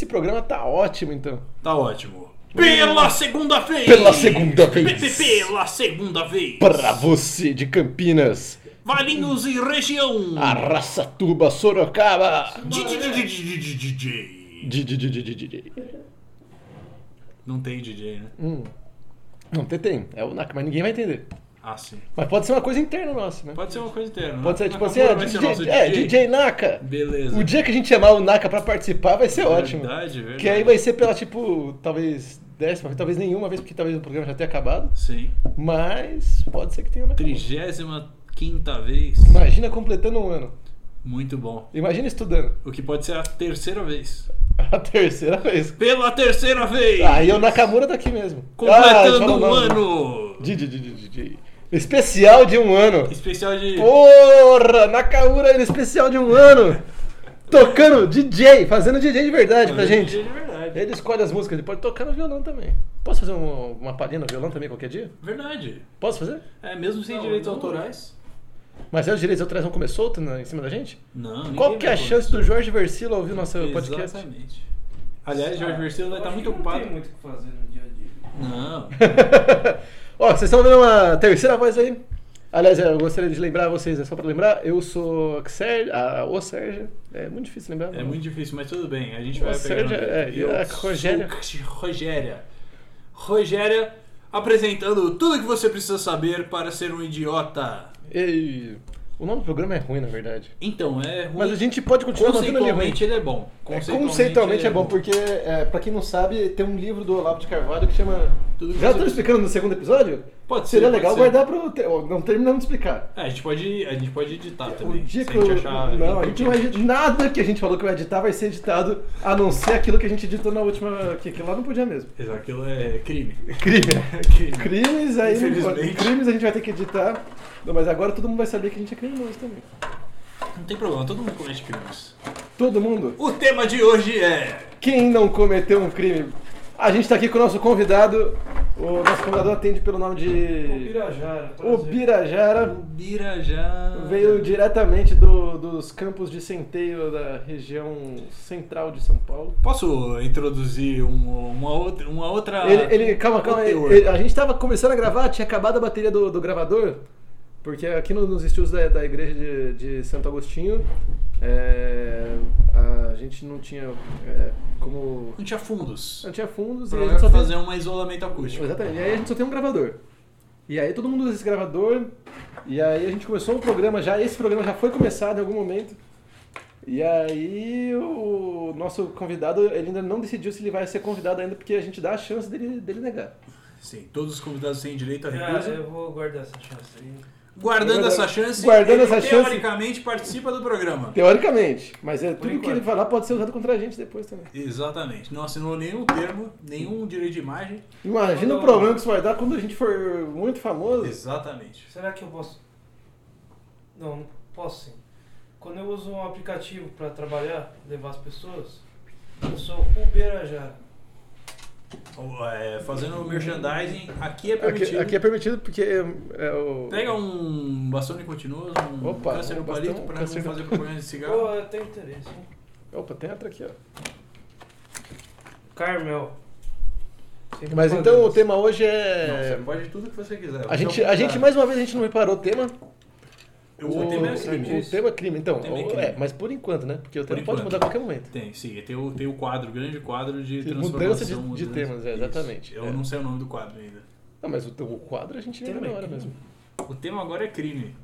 Esse programa tá ótimo, então. Tá ótimo. Pela segunda vez! Pela segunda Pe- vez. pe- Pela segunda vez! Pra você de Campinas, Valinhos e região! Ah. Arraçatuba, Sorocaba. Di- di- di- di- di- di- di- DJ. Di, di, di, di, di, di, di. Não tem DJ, né? Não, tem, tem. É o Naka, mas ninguém vai entender. Ah, sim. Mas pode ser uma coisa interna nossa, né? Pode ser uma coisa inteira, né? Pode ser tipo Mas assim, como ah, vai ser DJ, nosso é, DJ Naka. Beleza. O dia que a gente chamar o Naka pra participar vai ser ótimo. Verdade, verdade. Que aí vai ser pela, tipo, talvez décima vez, talvez nenhuma vez, porque talvez o programa já tenha acabado. Sim. Mas pode ser que tenha o Naka. Trigésima quinta vez. Imagina completando um ano. Muito bom. Imagina estudando. O que pode ser a terceira vez. A terceira vez. Pela terceira vez! Ah, e o Nakamura tá aqui mesmo. Completando Ah, um não, não. ano! De, de, de, de, de. Especial de um ano. Especial de... Porra, Nakamura no especial de um ano. Tocando DJ, fazendo DJ de verdade pra DJ gente. de é verdade. Ele escolhe as músicas, ele pode tocar no violão também. Posso fazer um- uma palhinha no violão também qualquer dia? Verdade. Posso fazer? É, mesmo sem direitos autorais? Mas é os direitos autorais vão comer solto na- em cima da gente? Não, ninguém Qual que é vai a chance do conhecer. Jorge Versilo ouvir nosso podcast? Exatamente. Aliás, Jorge Versilo vai estar muito Não ocupado. tem muito o Ah, que fazer no dia a dia. Não. Ó, vocês estão vendo uma terceira voz aí? Aliás, eu gostaria de lembrar vocês, é só pra lembrar, eu sou Xer, a, o Sérgio. É muito difícil lembrar. É não. muito difícil, mas tudo bem. A gente Ô, vai Sérgio, pegar. é, e a Rogéria? Rogéria. Rogéria apresentando tudo que você precisa saber para ser um idiota. E- o nome do programa é ruim, na verdade. Então, é ruim. Mas a gente pode continuar mantendo ele ruim. Conceitualmente ele é bom. Conceitualmente, é bom, porque, é, pra quem não sabe, tem um livro do Olavo de Carvalho que chama. Tudo que Já você- estamos explicando no segundo episódio? Pode ser, Seria pode legal ser. guardar pro. te- ó, Não terminamos de explicar. É, a gente pode, a gente pode editar O também. dia Tá que se a gente eu- achar Não, a gente não vai editar. Nada que a gente falou que vai editar vai ser editado, a não ser aquilo que a gente editou na última. Que, que lá não podia mesmo. Exato, Aquilo é crime. Crime. crime. Crimes aí. não pode. Infelizmente. Crimes a gente vai ter que editar. Não, mas agora todo mundo vai saber que a gente é criminoso também. Não tem problema, todo mundo comete crimes. Todo mundo. O tema de hoje é. Quem não cometeu um crime? A gente tá aqui com o nosso convidado. O nosso convidado atende pelo nome O de. Birajara, prazer. O Birajara. Birajá. Veio diretamente do- dos campos de centeio da região central de São Paulo. Posso introduzir um- uma outra. Uma outra Ele, ele- calma, calma. ele- Ah, teor? ele- a gente tava começando a gravar, tinha acabado a bateria do, do gravador, porque aqui no- nos estúdios da, da igreja de, de Santo Agostinho, é, a gente não tinha é, como. Não tinha fundos. Não tinha fundos e a Pra gente só fez- fazer um isolamento acústico. Exatamente. E aí a gente só tem um gravador. E aí todo mundo usa esse gravador. E aí a gente começou um programa já. Esse programa já foi começado em algum momento. E aí o nosso convidado, ele ainda não decidiu se ele vai ser convidado ainda, porque a gente dá a chance dele, dele negar. Sim, todos os convidados têm direito à Ah, recusa. eu vou guardar essa chance aí. Guardando Guarda- essa chance, É guardando ele essa chance- teoricamente participa do programa. Teoricamente. Mas é, tudo que enquanto. ele falar pode ser usado contra a gente depois também. Exatamente. Não assinou nenhum termo, nenhum direito de imagem. Imagina o Quando- problema que isso vai dar quando a gente for muito famoso. Exatamente. Será que eu posso? Não, não posso sim. Quando eu uso um aplicativo pra trabalhar, levar as pessoas, eu sou Uberajara. Ou, é, fazendo merchandising, aqui é Aqui, permitido. aqui é permitido porque é, é o. Pega um bastone continuoso, um Opa, câncer no um bastão- palito, pra não câncer no- fazer propaganda de cigarro. Pô, eu tenho interesse, hein? Opa, tem outra aqui, ó. Carmel. Sem Mas propagandas. então o tema hoje é. Não, você pode tudo que você quiser. A Você gente, é um a gente, cara. mais uma vez, a gente não reparou o tema. Eu vou ter menos o tema é crime, então. O tema é Ou- crime. É, mas por enquanto, né? Porque o Por tema pode enquanto. mudar a qualquer momento. Tem, sim. Tem o, tem o quadro, o grande quadro de Mudança de- transformação. de temas, é, Isso. exatamente. Eu É. não sei o nome do quadro ainda. Não, mas o, o quadro a gente lembra na Tema é hora crime. mesmo. O tema agora é crime.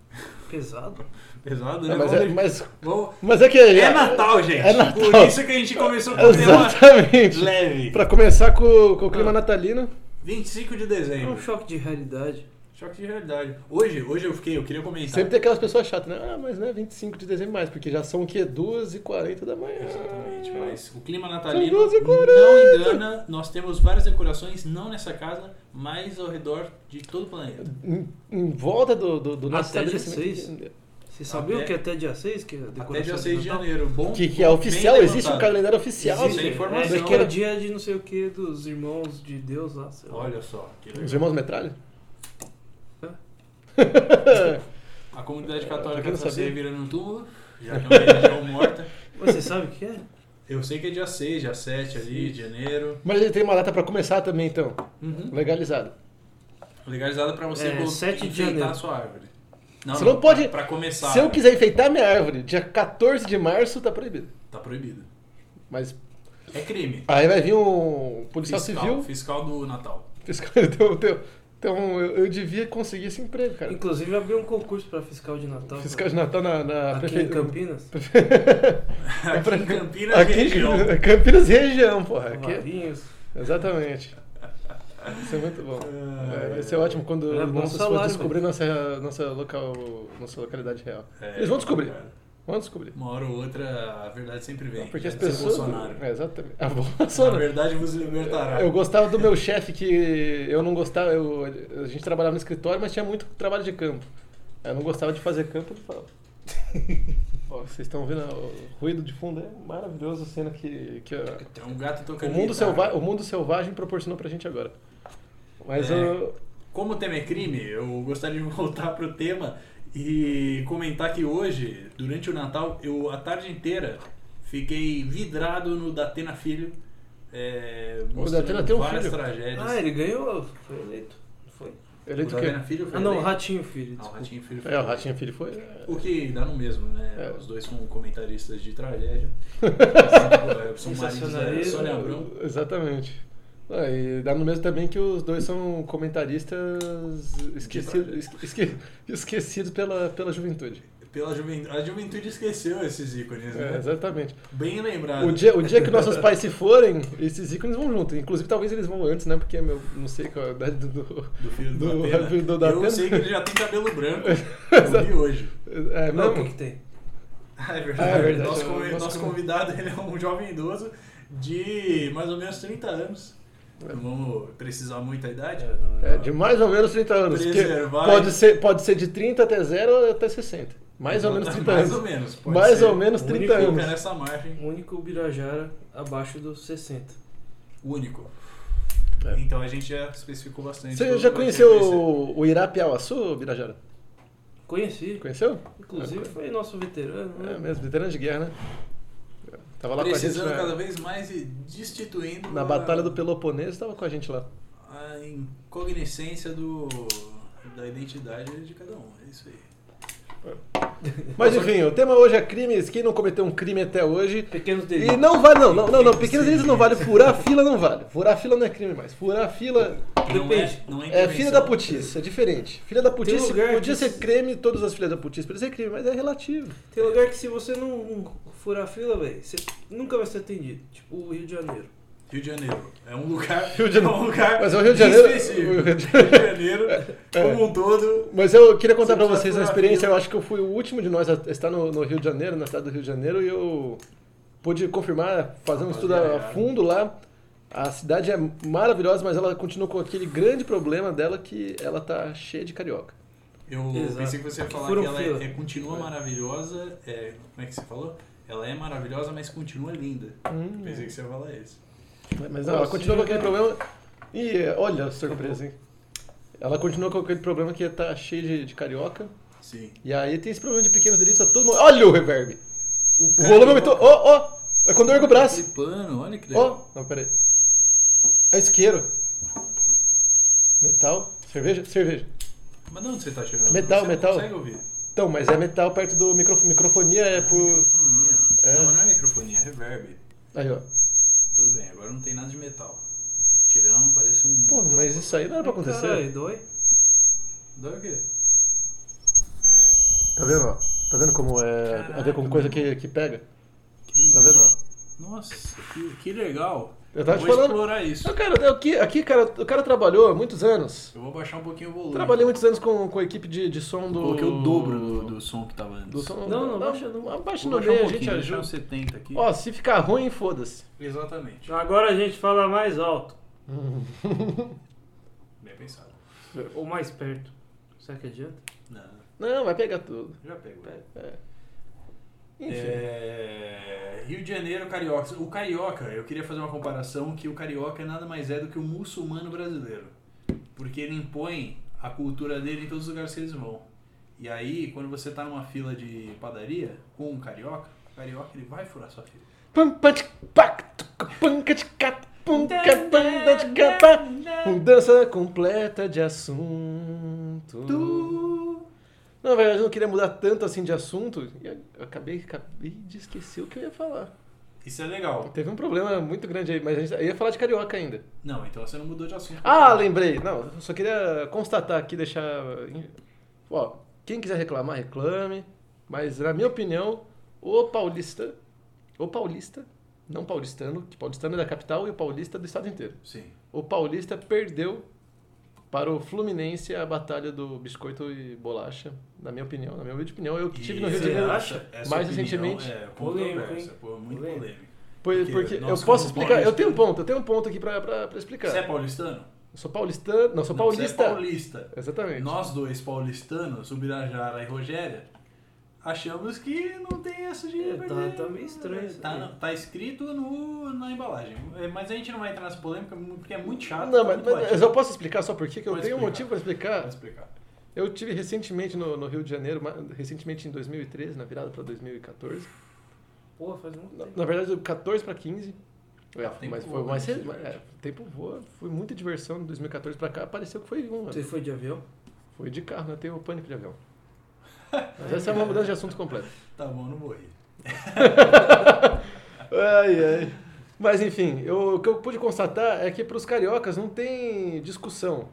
Pesado. Pesado, né? Não, mas, Vamos é, de- mas, vamos- mas é que. É Natal, gente. É Natal. Por isso que a gente começou com o tema Exatamente. leve. Pra começar com, com o clima Ah. natalino. 25 de É um dezembro. choque de realidade. Choque de realidade. Hoje, hoje eu fiquei, eu queria comentar. Sempre tem aquelas pessoas chatas, né? Ah, mas não é 25 de dezembro mais, porque já são o quê? 2h40 da manhã. Exatamente, mas o clima É. São natalino 12h40. não engana. Nós temos várias decorações, não nessa casa, mas ao redor de todo o planeta. Em, em volta do, do, do nosso Até estabelecimento. Você sabia Até- que até dia 6 que é a Até decoração dia 6 de Natal? janeiro. Bom, Que, que bom, é bem oficial, existe um levantado. calendário oficial. Existe, né? é informação. É, que é o dia de não sei o que dos irmãos de Deus lá. Sei lá. Olha só, que Os legal. irmãos metralha? A comunidade Eu católica tá quero está se saber. revirando no túmulo, já que é uma religião morta. Mas você sabe o que é? Eu sei que é dia 6, dia 7 ali, de janeiro. Mas ele tem uma data pra começar também, então. Uhum. Legalizado. Legalizada pra você É, colo- 7 de enfeitar janeiro. a sua árvore. Você não pode- Pra, pra começar. Se eu quiser enfeitar minha árvore, dia 14 de março tá proibido. Tá proibido. Mas É crime. aí vai vir um policial fiscal, civil. Fiscal do Natal. Fiscal. Então, então, então eu, eu devia conseguir esse emprego, cara. Inclusive abriu um concurso pra fiscal de Natal. Fiscal de Natal na, na Aqui em prefeitura. Campinas. Aqui em Campinas, É Aqui região. em Campinas e região, porra. Ah, Aqui, é? Varinhos. exatamente. Isso é muito bom. É, Ah, vai ser ótimo quando É bom nossos salário, fãs descobrir nossa, nossa, local, nossa localidade real. É, Eles vão descobrir. cara. Vamos descobrir. Uma hora ou outra, a verdade sempre vem. Porque as Deve ser pessoas. Bolsonaro. É, exatamente. A A Bolsonaro. verdade vos libertará. Eu gostava do meu chefe que eu não gostava. Eu, a gente trabalhava no escritório, mas tinha muito trabalho de campo. Eu não gostava de fazer campo, ele falava. Ó, vocês estão vendo o ruído de fundo? É maravilhoso a cena que, que a- Tem um gato o, tocando mundo guitarra. selva, o mundo selvagem proporcionou pra gente agora. Mas É. eu. Como o tema é crime, eu gostaria de voltar pro tema e comentar que hoje, durante o Natal, eu a tarde inteira fiquei vidrado no Datena Filho. É, mostrando Datena tem um várias filho? tragédias. Ah, ele ganhou. Foi eleito. Não foi? Eleito o o é quê? Datena Filho foi Ah, não, eleito? Ratinho Filho. Ah, o desculpa. Ratinho Filho foi É, o eleito. Ratinho Filho foi. O que dá no mesmo, né? É. Os dois são comentaristas de tragédia. são maridos da Sensacionalismo. Sônia Abrão. Exatamente. Ah, e dá no mesmo também que os dois são comentaristas esquecidos, esque- esque- esquecidos pela, pela juventude. Pela juventude, a juventude esqueceu esses ícones, É, né? exatamente. Bem lembrado. O dia, o dia que nossos pais se forem, esses ícones vão junto. Inclusive, talvez eles vão antes, né? Porque meu, não sei qual é a idade do. do- do filho do, do- Datena. do Eu Datena. sei que ele já tem cabelo branco. Eu vi hoje. É, Não, não, o que, que tem? Ah, é Ah, verdade. é verdade. Nosso, Eu- convi- nosso nosso convi- convidado ele é um jovem idoso de mais ou menos 30 anos. Não vamos precisar muito a idade. é de mais ou menos 30 anos. que Preservar- Pode ser, pode ser de 30 até 0 ou até 60. Mais ou menos 30 Mais anos. ou menos. pode Mais ser. ou menos 30 Fica anos. nessa É. margem. O único Birajara abaixo dos 60. Único. É. Então a gente já especificou bastante. Você tudo já que vai conheceu acontecer. o, o Irapiauaçu, Birajara? Conheci. Conheceu? Inclusive foi nosso veterano. né? É mesmo, veterano de guerra, né? Tava lá Precisando com a gente cada na, vez mais e destituindo na a- Batalha do Peloponeso, tava com a gente lá. a incognoscência do da identidade de cada um. É isso aí. Mas enfim, o tema hoje é crimes, quem não cometeu um crime até hoje. Pequenos delitos. E não vale, não, não, não, não, pequenos delitos não vale, furar a fila não vale. Furar a fila não é crime mais. Furar a fila Depende. Não é, não é, é intervenção. filha da putice, é diferente. Filha da putice lugar podia que- ser crime, todas as filhas da putice podia ser crime, mas é relativo. Tem lugar que se você não não furar a fila, velho, você nunca vai ser atendido. Tipo o Rio de Janeiro. Rio de Janeiro. É um lugar. Rio de Janeiro. É um lugar Mas é o Rio de Janeiro- específico. o Rio Rio de de- É. Janeiro, como um todo. Mas eu queria contar Você pra precisa vocês uma furar a experiência, fila. eu acho que eu fui o último de nós a estar no, no Rio de Janeiro, na cidade do Rio de Janeiro, e eu pude confirmar, fazer um estudo a Rapaziada. fundo lá. A cidade é maravilhosa, mas ela continua com aquele grande problema dela que ela tá cheia de carioca. Eu Exato. pensei que você ia falar Foram que ela fila. é, é- continua maravilhosa. é- como é que você falou? Ela é maravilhosa, mas continua linda. Hum. Pensei que você ia falar isso. Mas não, ela continua com aquele problema. E é, olha a surpresa, hein? Ela continua com aquele problema que tá cheia de, de carioca. Sim. E aí tem esse problema de pequenos delitos a todo mundo. Olha o reverb! O volume aumentou. carioca- Ó, ó! É quando eu ergo o braço. Flipando, olha que legal. Ó, não, peraí. É isqueiro. Metal, cerveja, cerveja. Mas de onde você tá tirando? Metal, você metal. Não consegue ouvir. Então, mas é metal perto do micro... microfonia, é por... Microfonia. É. Não, mas não é microfonia, é reverb. Aí, ó. Tudo bem, agora não tem nada de metal. Tiramos, parece um. Pô, mas isso aí não era pra acontecer. Caralho, dói. Dói o quê? Tá vendo, ó? Tá vendo como é... a ver com Caralho, coisa que, que pega? Que doido. Tá vendo, ó? Nossa, que, que legal. Eu tava vou te falando... explorar isso. Não, cara, aqui, aqui cara, o cara trabalhou há muitos anos. Eu vou baixar um pouquinho o volume. Trabalhei muitos anos com, com a equipe de, de som do... Coloquei o dobro do, do som que tava antes. do som... Não, não, baixa não. Abaixa no Vou baixar um meio, a pouquinho, gente deixar ajuda. um uns 70 aqui. Ó, se ficar ruim, foda-se. Exatamente. Agora a gente fala mais alto. Bem pensado. Ou mais perto. Será que adianta? Não, Não, vai pegar tudo. já pego. É. Enfim. É, Rio de Janeiro, Carioca. O Carioca, eu queria fazer uma comparação que o Carioca nada mais é do que o muçulmano brasileiro. Porque ele impõe a cultura dele em todos os lugares que eles vão. E aí, quando você tá numa fila de padaria com um carioca, o carioca ele vai furar sua fila. pam, pam, tch, pac, tuc, pam, ca, tch, ca, pum, ca, pam, da, tch, ca, pá. Mudança completa de assunto. Na verdade, eu não queria mudar tanto assim de assunto e eu acabei, acabei de esquecer o que eu ia falar. Isso é legal. Teve um problema muito grande aí, mas a gente eu ia falar de carioca ainda. Não, então você não mudou de assunto. Ah, lembrei. Não, eu só queria constatar aqui, deixar. Ó, quem quiser reclamar, reclame. Mas, na minha opinião, o paulista. O paulista, não paulistano, que paulistano é da capital e o paulista é do estado inteiro. Sim. O paulista perdeu para o Fluminense a batalha do biscoito e bolacha, na minha opinião. Na minha humilde opinião, eu que estive no Rio de Você Janeiro. acha? Essa mais opinião recentemente. É Polêmico, polêmica, hein? pô, muito Polêmico. polêmica. Porque, Porque porque eu nós posso somos explicar, eu tenho um paulistas. ponto, eu tenho um ponto aqui pra, pra, pra explicar. Você é paulistano? Eu sou paulistano, não, sou Não, você paulista. é paulista. Exatamente. Nós dois paulistanos, Ubirajara e Rogéria, achamos que não tem essa de. É, tá- perder. tá meio estranho isso Tá, aí. não, tá escrito no, na embalagem. É, Mas a gente não vai entrar nessa polêmica porque é muito chato. Não, tá mas, muito mas eu batido. só posso explicar só por quê, que eu Pode tenho um motivo explicar. pra Vou explicar. explicar. Eu tive recentemente no, no Rio de Janeiro, ma- recentemente em 2013, na virada pra 2014. Porra, faz muito Na, tempo. na verdade, do 14 pra 15. É, Ah, o tempo mas voa, foi né, mais você cedo. diverte. é, o tempo voa, foi muita diversão de 2014 pra cá, pareceu que foi um ano. Você foi de avião? Foi de carro, né? Eu tenho pânico de avião. Mas essa é uma mudança de assunto completo. Tá bom, não vou ir. Ai, ai. Mas enfim, eu- o que eu pude constatar é que pros cariocas não tem discussão.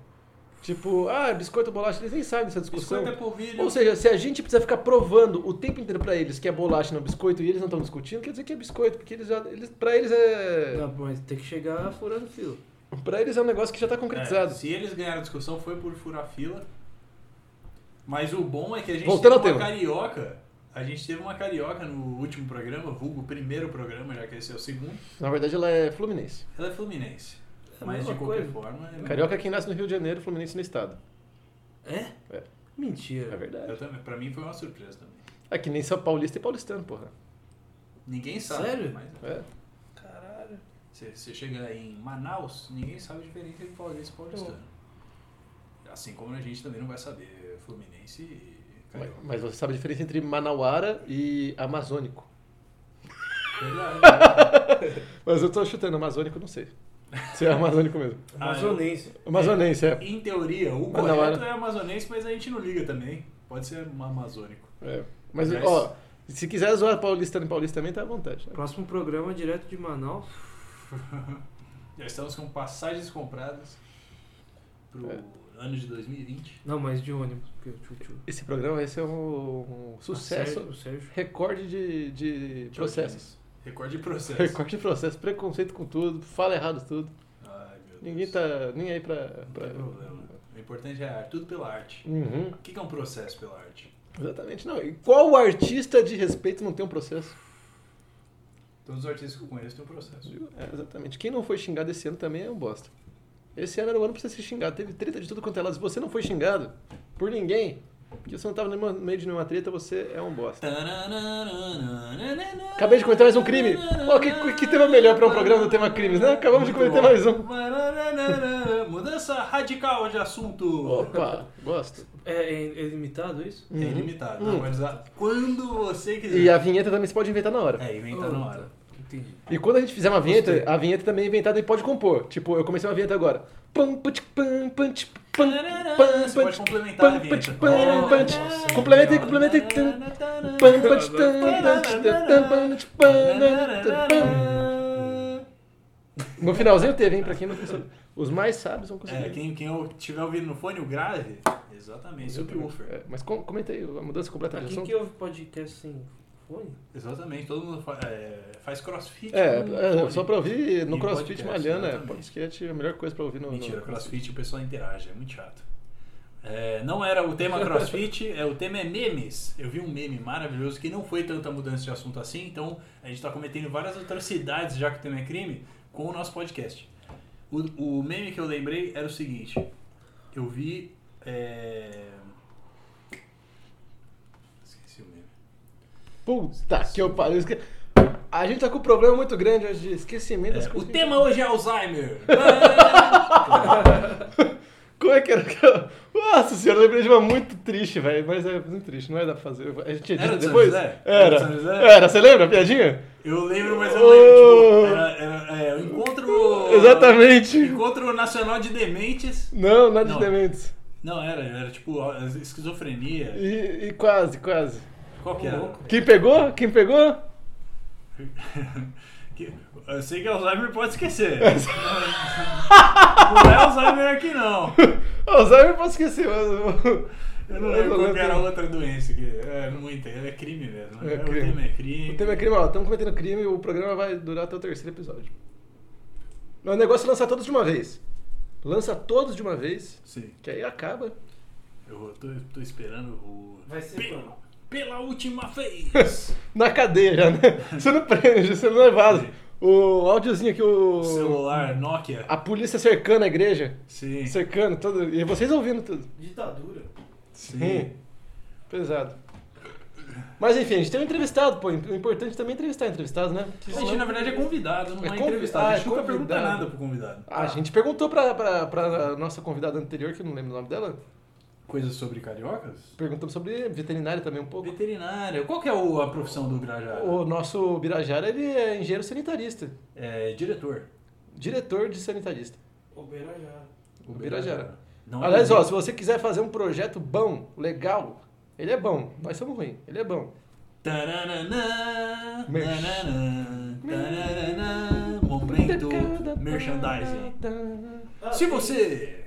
Tipo, ah, biscoito ou bolacha, eles nem sabem dessa discussão. Biscoito é polvilho. Ou seja, se a gente precisa ficar provando o tempo inteiro pra eles que é bolacha e não biscoito e eles não estão discutindo, quer dizer que é biscoito, porque eles já, eles, pra eles é. Não, mas tem que chegar furando fila. Pra eles é um negócio que já tá concretizado. É, se eles ganharam a discussão, foi por furar fila. Mas o bom é que a gente Voltando ao teve uma tema. carioca. A gente teve uma carioca no último programa, vulgo primeiro programa, já que esse é o segundo. Na verdade, ela é fluminense. Ela é fluminense. É a mas de mesma coisa. qualquer forma. é- Carioca é quem nasce no Rio de Janeiro, fluminense no estado. É? É. É Mentira. verdade. Eu também, pra mim foi uma surpresa também. É que nem São Paulista e Paulistano, porra. Ninguém sabe. Sério? Mas É. Caralho. você, você chega em Manaus, ninguém sabe a diferença entre paulista e paulistano. Assim como a gente também não vai saber fluminense e Mas, carioca. mas você sabe a diferença entre Manauara e Amazônico. Verdade. Mas eu tô chutando Amazônico, não sei. Se é Amazônico mesmo. Ah, Amazonense. Amazonense, é. Em teoria, o Mas na correto hora- é amazonense, mas a gente não liga também. Pode ser um amazônico. É. Mas, Aliás- ó, se quiser zoar paulistano e paulista também, tá à vontade. Próximo programa direto de Manaus. Já estamos com passagens compradas pro É. ano de 2020. Não, mas de ônibus, porque o tchutchu. Esse programa vai ser um, um sucesso. O Sérgio. Recorde de, de processos. Recorde de processo. Recorde de processos, preconceito com tudo, fala errado tudo. Ai, meu Deus. Ninguém tá nem aí pra. Não pra... tem problema. O importante é a arte. Tudo pela arte. Uhum, O que que é um processo pela arte? exatamente, não. E qual artista de respeito não tem um processo? Todos os artistas que eu conheço têm um processo. É, exatamente. Quem não foi xingado esse ano também é um bosta. Esse ano era o ano pra você ser xingado. Teve treta de tudo quanto é lado. Se você não foi xingado por ninguém, porque você não tava no meio de nenhuma treta, você é um bosta. Acabei de cometer mais um crime. Ó, que- que tema melhor pra um programa do tema crimes, né? Acabamos de cometer mais um. Mudança radical de assunto. Opa, gosto. É, é, é limitado isso? É ilimitado. Hum. Não, mas a- quando você quiser. E a vinheta também você pode inventar na hora. É, inventa na hora. Entendi. E quando a gente fizer uma vinheta, Gostei. a vinheta também é inventada e pode compor. Tipo, eu comecei uma vinheta agora. Pam, pam, pam, pam, tch, pam, pam, Você pam, pode tch, complementar a pam, pam, tch, vinheta. pam, pam, tch. Nossa, Complementa aí, genial. complementa aí. Tum, pam, pam, tch, tum, tum, tch, tum, tum, pam, tch, pam, tum, tum. No finalzinho teve, hein? Pra quem não conseguiu. Os mais sábios vão É, conseguir. quem, quem tiver ouvindo no fone, o grave, exatamente, super woofer. É, Mas com- comenta aí a mudança completa de Aqui é assunto. que ouve podcast sem fone? Exatamente, todo mundo fa- é, faz crossfit. É, com é, fone. só pra ouvir E no CrossFit podcast, malhando, é. exatamente. Podcast é a melhor coisa pra ouvir no. no- Mentira, crossfit o pessoal interage, é muito chato. É, não era o tema crossfit, é, o tema é memes. Eu vi um meme maravilhoso que não foi tanta mudança de assunto assim, então a gente está cometendo várias atrocidades, já que o tema é crime, com o nosso podcast. O, o meme que eu lembrei era o seguinte: eu vi. é, Esqueci o meme. Puta que eu pariu. esque- A gente tá com um problema muito grande hoje de esquecimento das É, o coisas. que- tema hoje é Alzheimer. Como é que era? Nossa senhora, eu lembrei de uma muito triste, velho. Mas é muito triste, não é dá pra fazer. A gente edita Era de São depois? José? Era Era. de São José? Era, você lembra a piadinha? Eu lembro, mas eu lembro. Tipo, era, era, é, o encontro. Exatamente. Encontro Nacional de Dementes. Não, nada de Não. dementes. Não, era, era tipo a- a esquizofrenia. E, e quase, quase. Qual que era? Louco. Quem pegou? Quem pegou? Que- Eu sei que Alzheimer pode esquecer. não é Alzheimer aqui, não. Alzheimer eu posso esquecer, mas. eu- Eu não lembro qual que era a outra doença. Que é muita, é crime mesmo. né? É o crime. tema é crime. O tema é crime, ó. Estamos cometendo crime o programa vai durar até o terceiro episódio. Mas o negócio é lançar todos de uma vez. Lança todos de uma vez, Sim. que aí acaba. Eu tô, tô esperando o. Vai ser Pe- quando? Pela última vez! Na cadeia já, né? Você não prende, você não é vaso. O áudiozinho que o. Celular, Nokia. A polícia cercando a igreja. Sim. Cercando tudo. E vocês ouvindo tudo. Ditadura. Sim. Pesado. Mas enfim, a gente tem um entrevistado, pô. O importante também é entrevistar entrevistado, né? A gente, na verdade, é convidado, não É é, convi- entrevistado. ah, a é gente nunca pergunta convidado. nada pro convidado. Ah, a gente perguntou pra, pra, pra nossa convidada anterior, que eu não lembro o nome dela, Coisas sobre cariocas? perguntamos sobre veterinária também um pouco. Veterinária. Qual que é o- a profissão do Birajara? O nosso Birajara, ele é engenheiro sanitarista, É diretor. diretor de sanitarista. Obeira já. O Birajara. Não é Aliás, ó, diretor. se você quiser fazer um projeto bom, legal, ele é bom. Nós somos ruins, ele é bom. Tarananã, Merch. nananã, tarananã, momento merchandising. Ah, Ah, Se você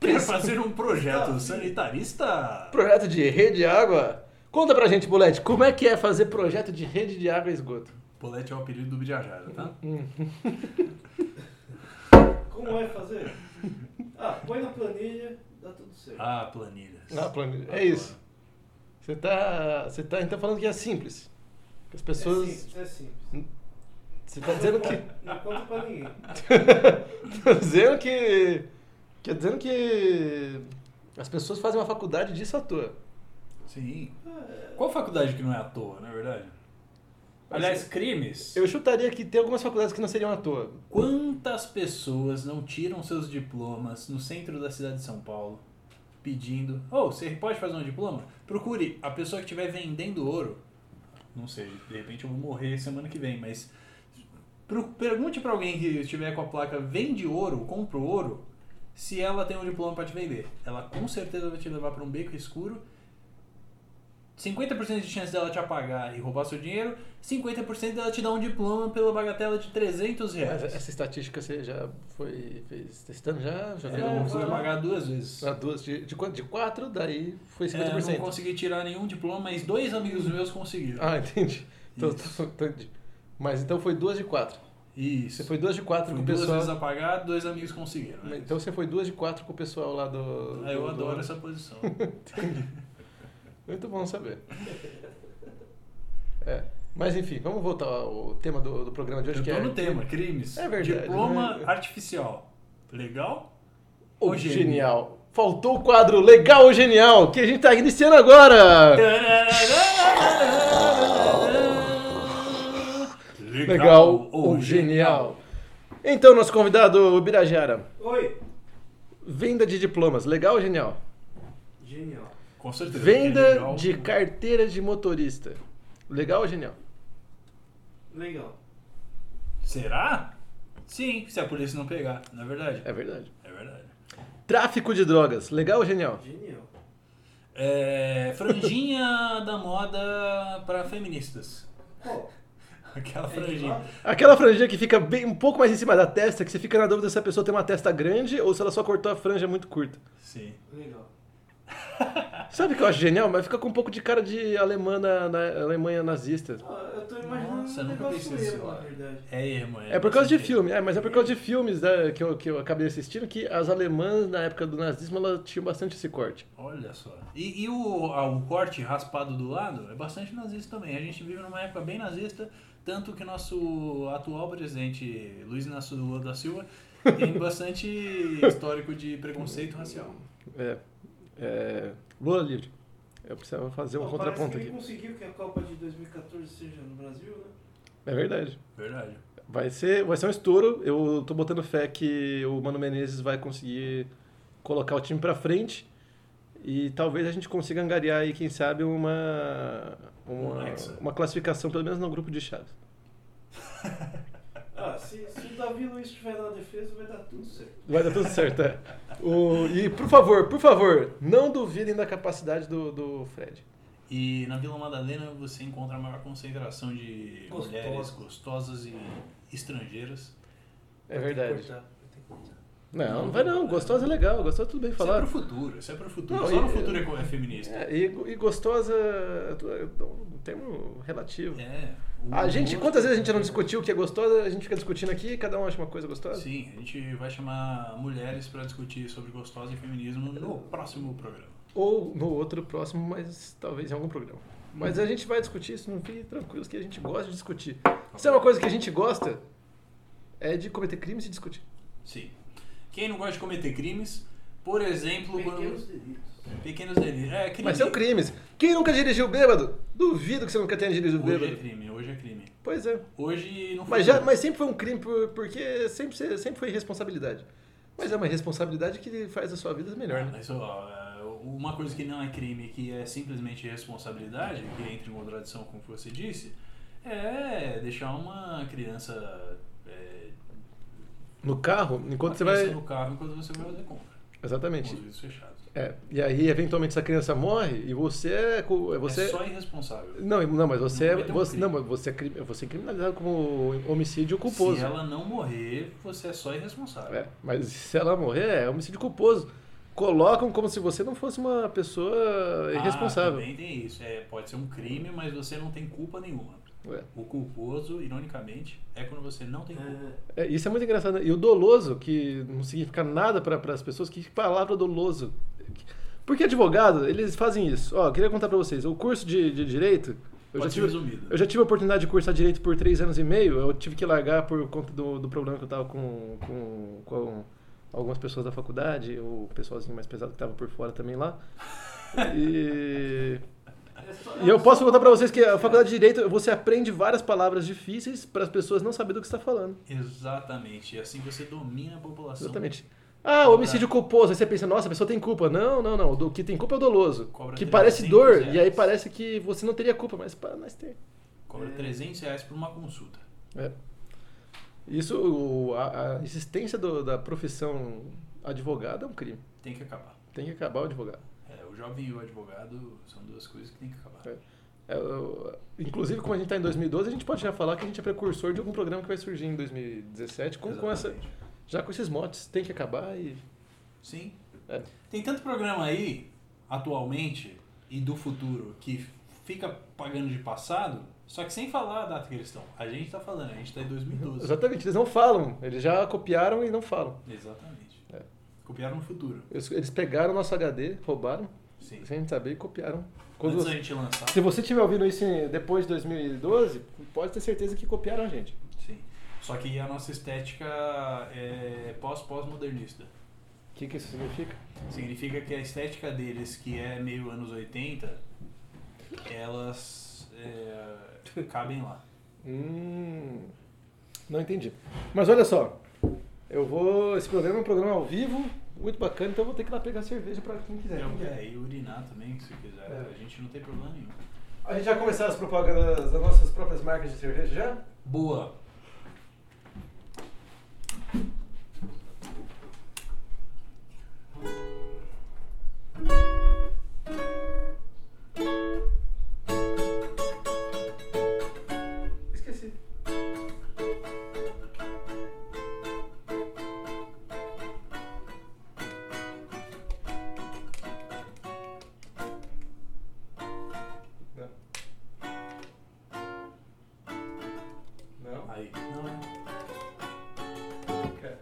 quer fazer um projeto Ah, sanitarista, Projeto de rede de água. Conta pra gente, Bolete, como é que é fazer projeto de rede de água e esgoto? Bolete é o apelido do Birajara, Uhum. tá? Hum. Como vai fazer? Ah, põe na planilha, dá tudo certo. Ah, planilhas. Ah, planilha. É isso. Você tá, você tá então falando que é simples. Que as pessoas. É simples, é simples. Você tá dizendo que. Não conta pra ninguém. tá dizendo que. Quer dizendo que. As pessoas fazem uma faculdade disso à toa. Sim. Qual faculdade que não é à toa, na verdade? Aliás, crimes. Eu chutaria que tem algumas faculdades que não seriam à toa. Quantas pessoas não tiram seus diplomas no centro da cidade de São Paulo pedindo: Oh, você pode fazer um diploma? Procure a pessoa que estiver vendendo ouro. Não sei, de repente eu vou morrer semana que vem, mas pro- pergunte pra alguém que estiver com a placa vende ouro, compra ouro, se ela tem um diploma pra te vender. Ela com certeza vai te levar pra um beco escuro. 50% de chance dela te apagar e roubar seu dinheiro, 50% dela te dar um diploma pela bagatela de 300 Mas reais. essa estatística você já foi. fez testando já? Já Eu É, não fez fui algum- um pagar duas vezes. Ah, duas, de, de, quanto? de quatro, daí foi É, não 50%. consegui tirar nenhum diploma, mas dois amigos meus conseguiram. ah, entendi. Então, então, entendi. Mas então foi duas de quatro. Você Isso. foi duas de quatro Fui com o duas vezes pessoal. a pagar, dois amigos conseguiram. né? Então você foi duas de quatro com o pessoal lá do. Ah, eu do- do- adoro essa posição. Muito bom saber. É. Mas enfim, vamos voltar ao tema do, do programa de hoje, Eu que tô é no tema, crimes. É verdade, Diploma né? artificial. Legal? o O genial. genial. Faltou o quadro Legal ou Genial, que a gente tá iniciando agora! Legal, Legal ou Genial. Então, nosso convidado, o Birajara, Oi. venda de diplomas, legal ou genial? Genial. Com certeza. porque é Venda legal. de carteira de motorista, legal ou genial? Legal. Será? Sim, se a polícia não pegar. Na verdade. É verdade. É verdade. Tráfico de drogas, legal ou genial? Genial. É, franjinha da moda pra feministas. Qual? Aquela É de franjinha. lado? Aquela franjinha que fica bem, um pouco mais em cima da testa, que você fica na dúvida se a pessoa tem uma testa grande ou se ela só cortou a franja muito curta. Sim. Legal. Sabe o que eu acho genial? Mas fica com um pouco de cara de alemã na, na- Alemanha nazista. Ah, eu tô imaginando Nossa, um nunca negócio pensei mesmo, na nisso. verdade. É irmã. É por causa de filme, é, mas é por causa de filmes né, que, eu, que eu acabei assistindo que as alemãs na época do nazismo elas tinham bastante esse corte. Olha só. E, e o, ah, o corte raspado do lado é bastante nazista também. A gente vive numa época bem nazista, tanto que nosso atual presidente, Luiz Inácio Lula da Silva, tem bastante histórico de preconceito racial. É, é, Lula livre. Eu precisava fazer um Bom, contraponto parece que aqui. ele conseguiu que a Copa de 2014 seja no Brasil, né? É verdade. Verdade. Vai ser, vai ser um estouro. Eu tô botando fé que o Mano Menezes vai conseguir colocar o time pra frente. E talvez a gente consiga angariar aí, quem sabe, uma. Uma, Alexa. uma classificação, pelo menos no grupo de chaves. Ah, se, se o Davi Luiz estiver na defesa, vai dar tudo certo. Vai dar tudo certo, é. O- e por favor, por favor, não duvidem da capacidade do, do Fred. E na Vila Madalena você encontra a maior concentração de Gostosa. mulheres gostosas e estrangeiras. É Vai ter que verdade. cortar, vai ter que cortar. Não, não vai não. Gostosa é legal, gostosa tudo bem Isso é falar. pro futuro, isso é pro futuro. Não, Só e- no futuro é co- é feminista. né? É, e, e gostosa é um termo relativo. É, o A gente, gosto- quantas vezes a gente não discutiu o que é gostosa, a gente fica discutindo aqui, cada um acha uma coisa gostosa? Sim, a gente vai chamar mulheres pra discutir sobre gostosa e feminismo no próximo programa. Ou no outro próximo, mas talvez em algum programa. Mas a gente vai discutir isso, não fique tranquilos que a gente gosta de discutir. Se é uma coisa que a gente gosta, é de cometer crimes e discutir. Sim. Quem não gosta de cometer crimes, por exemplo, Pequenos quando. delitos. Pequenos delitos. É, crime. Mas um são crimes. Quem nunca dirigiu bêbado? Duvido que você nunca tenha dirigido Hoje é bêbado. crime, hoje é crime. Pois é. Hoje não foi. Mas, já, crime. mas sempre foi um crime por- porque sempre, se- sempre foi responsabilidade. Mas é uma responsabilidade que faz a sua vida melhor, né? Mas ó, é, uma coisa que não é crime, que é simplesmente responsabilidade, que entra em contradição com o que você disse, é deixar uma criança. é, No carro, enquanto uma você criança vai. no carro enquanto você vai fazer compra. Com os Exatamente. vidros fechados. É. E aí, eventualmente, essa criança morre e você é. co- Você... É só irresponsável. Não, não, mas você é. Não cometeu um Você, crime. não, mas você é, cri- você é criminalizado como homicídio culposo. Se ela não morrer, você é só irresponsável. É, mas se ela morrer, é homicídio culposo. Colocam como se você não fosse uma pessoa Ah, é irresponsável. também tem isso. É, pode ser um crime, mas você não tem culpa nenhuma. Ué. O culposo, ironicamente, é quando você não tem culpa. É, É, isso é muito engraçado. né? E o doloso, que não significa nada para as pessoas, que palavra doloso? Porque advogado, eles fazem isso. Ó, eu queria contar para vocês, o curso de, de direito, eu já, Pode ser tive, resumido. eu já tive a oportunidade de cursar direito por três anos e meio, eu tive que largar por conta do, do problema que eu tava com, com, com algumas pessoas da faculdade, o pessoalzinho mais pesado que tava por fora também lá. E é só- e eu posso contar pra vocês que a faculdade de direito, você aprende várias palavras difíceis para as pessoas não saberem do que você está falando. Exatamente. E assim você domina a população. Exatamente. Ah, homicídio culposo. Aí você pensa, nossa, a pessoa tem culpa. Não, não, não. O que tem culpa é o doloso. Cobra que 300 parece dor, reais. e aí parece que você não teria culpa, mas para nós ter. Cobra É. 300 reais por uma consulta. É. Isso, o- a, a existência do- da profissão advogado é um crime. Tem que acabar. Tem que acabar o advogado. É, o jovem e o advogado são duas coisas que tem que acabar. É. É, o- inclusive, como a gente está em 2012, a gente pode já falar que a gente é precursor de algum programa que vai surgir em 2017 com, com essa, Exatamente. já com esses motes. Tem que acabar e Sim. É. Tem tanto programa aí, atualmente e do futuro, que fica pagando de passado, só que sem falar a data que eles estão. A gente tá falando, a gente tá em 2012. Exatamente, eles não falam. Eles já copiaram e não falam. Exatamente. É. Copiaram no futuro. Eles, eles pegaram nosso HD, roubaram, Sim. sem a gente saber, e copiaram. Quando Antes da você- gente lançar. se você estiver ouvindo isso em- depois de 2012, pode ter certeza que copiaram a gente. Sim. Só que a nossa estética é pós-pós-modernista. O que, que isso significa? Significa que a estética deles, que é meio anos 80, elas é, cabem lá. Hum, não entendi. Mas olha só, eu vou. Esse programa é um programa ao vivo, muito bacana, então eu vou ter que ir lá pegar cerveja pra quem quiser. né? É, e urinar também, se quiser. É. A gente não tem problema nenhum. A gente já começou as propagandas das nossas próprias marcas de cerveja já? Boa. Esqueci. Não. Não? Aí. Não é. Cara.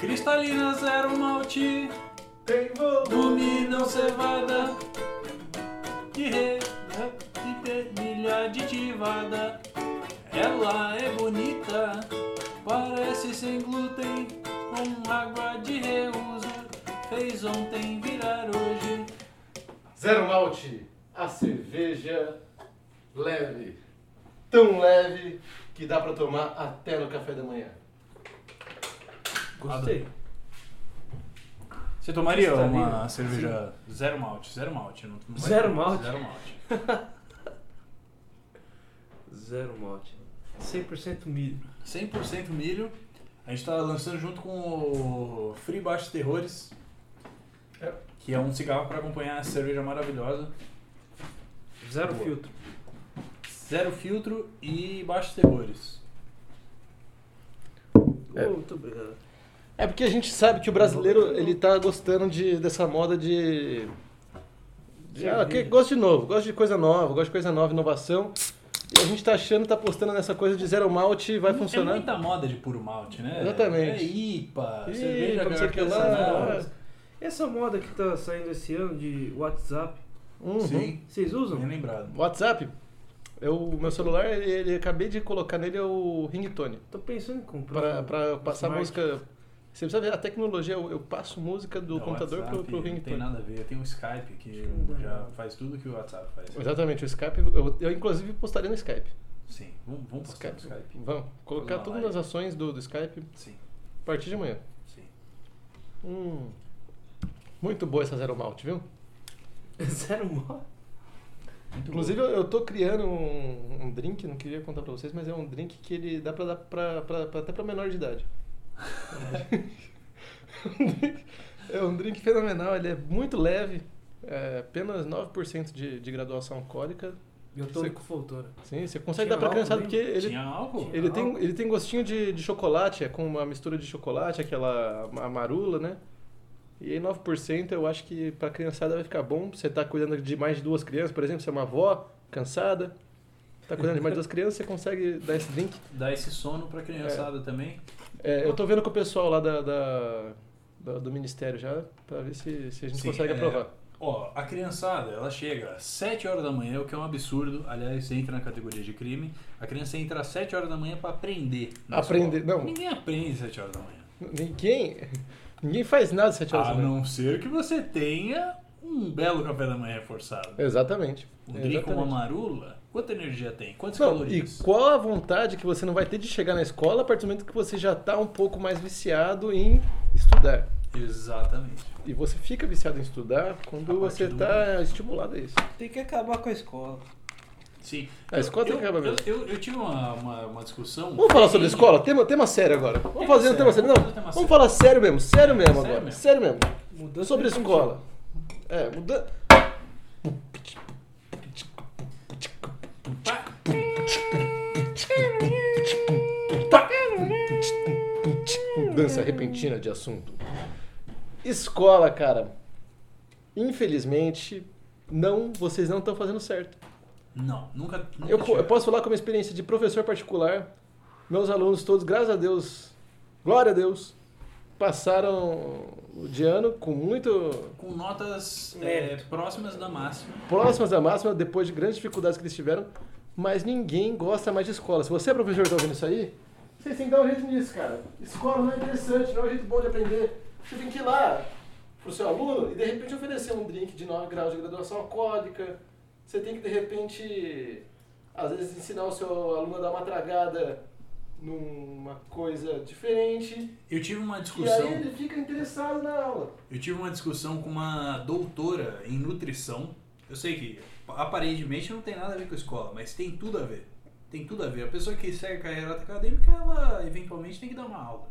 Cristalina zero malte, Tem volume. dominam cevada, de rega e vermelha aditivada. Ela é bonita, parece sem glúten, com água de reuso, fez ontem virar hoje. Zero malte, a cerveja leve. tão leve que dá pra tomar até no café da manhã. Gostei. Você tomaria Gostaria. uma cerveja zero malte? Zero malte. Não, não vai- Zero malte? Zero malte. Zero malte. 100% milho. 100% milho. A gente tá lançando junto com o Free Baixos Terrores. É. Que é um cigarro pra acompanhar essa cerveja maravilhosa. Zero Boa. filtro. Zero filtro e baixos terrores. É. Oh, muito obrigado. É porque a gente sabe que o brasileiro ele tá gostando de, dessa moda de. de ah, que, gosto de novo, gosto de coisa nova, gosto de coisa nova, inovação. E a gente tá achando, tá apostando nessa coisa de zero malte, vai Não funcionar. Tem muita moda de puro malte, né? Exatamente. É IPA, Ih, cerveja não sei o que lá, artesanal. agora. Essa moda que tá saindo esse ano de WhatsApp, Uhum. Sim, vocês usam? bem lembrado. WhatsApp, eu, o meu celular, ele, ele- acabei de colocar nele é o ringtone. Tô pensando em comprar. Pra, um pra eu passar smart. música. Você precisa ver a tecnologia, eu, eu passo música do Não, computador É WhatsApp pro, pro Não tem ringtone. nada a ver. Tem o Skype que Não dá. já faz tudo que o WhatsApp faz. Exatamente, o Skype, eu, eu inclusive postaria no Skype. Sim, vamos, vamos postar no Skype. Skype. Vamos, colocar Vamos lá, todas vai. as ações do, do Skype Sim, a partir de amanhã. sim. Hum. Muito boa essa Zero Malt, viu? Zero malte? Muito Inclusive, eu, eu tô criando um, um drink, não queria contar pra vocês, mas é um drink que ele dá pra dar pra, pra- pra- até pra menor de idade. Um drink- é um drink fenomenal, ele é muito leve, é apenas 9% de, de graduação alcoólica. Eu tô Você- com foltora. Sim, você consegue Tinha dar pra criançada álcool, porque hein? ele, um Tinha álcool? Tinha. ele, tem, um, ele tem gostinho de, de chocolate, é com uma mistura de chocolate, aquela ma- marula, né? E aí 9% eu acho que pra criançada vai ficar bom. Você tá cuidando de mais de duas crianças, por exemplo, você é uma avó cansada, tá cuidando de mais de duas crianças, você consegue dar esse drink. Dá esse sono pra criançada também. É, eu tô vendo com o pessoal lá da, da- da- do ministério já, pra ver se, se a gente Sim, consegue é. aprovar. Ó, a criançada, ela chega às 7 horas da manhã, o que é um absurdo. Aliás, entra na categoria de crime. A criança entra às 7 horas da manhã pra aprender. na Aprender, escola. não. Ninguém aprende às 7 horas da manhã. Ninguém, ninguém faz nada às 7 horas A da manhã. não ser que você tenha um belo café da manhã reforçado. Exatamente. Um drink com uma É, Exatamente. marula, quanta energia tem? Quantas Não, e calorias? qual a vontade que você não vai ter de chegar na escola a partir do momento que você já está um pouco mais viciado em estudar? Exatamente. E você fica viciado em estudar quando A partir você do está estimulado a isso. Tem que acabar com a escola. Sim. A escola tem eu, que acabar mesmo. Eu, eu, eu tive uma, uma, uma discussão. Vamos falar sobre Sim. escola? Tema, tema sério agora. Vamos Tema fazer um tema sério, sério. Não, vamos fazer um tema vamos sério. falar sério mesmo. Sério mesmo sério agora. mesmo. Sério mesmo. Mudança Sobre de escola. É, mudança. Pá! Mudança repentina de assunto. Escola, cara. Infelizmente, não, vocês não estão fazendo certo. Não, nunca. nunca Eu, tive. eu posso falar com uma experiência de professor particular. Meus alunos todos, graças a Deus, glória a Deus, passaram o de ano com muito Com notas é, Mérito. próximas da máxima. próximas da máxima, depois de grandes dificuldades que eles tiveram. Mas ninguém gosta mais de escola. Se você é professor e tá ouvindo isso aí, vocês têm que dar um jeito nisso, cara. Escola não é interessante, não é um jeito bom de aprender. Você tem que ir lá pro seu aluno e de repente oferecer um drink de 9 graus de graduação alcoólica. Você tem que de repente, às vezes, ensinar o seu aluno a dar uma tragada numa coisa diferente. Eu tive uma E discussão. aí ele fica interessado na aula. Eu tive uma discussão com uma doutora em nutrição. Eu sei que aparentemente não tem nada a ver com escola, mas tem tudo a ver. Tem tudo a ver. A pessoa que segue a carreira acadêmica, ela eventualmente tem que dar uma aula.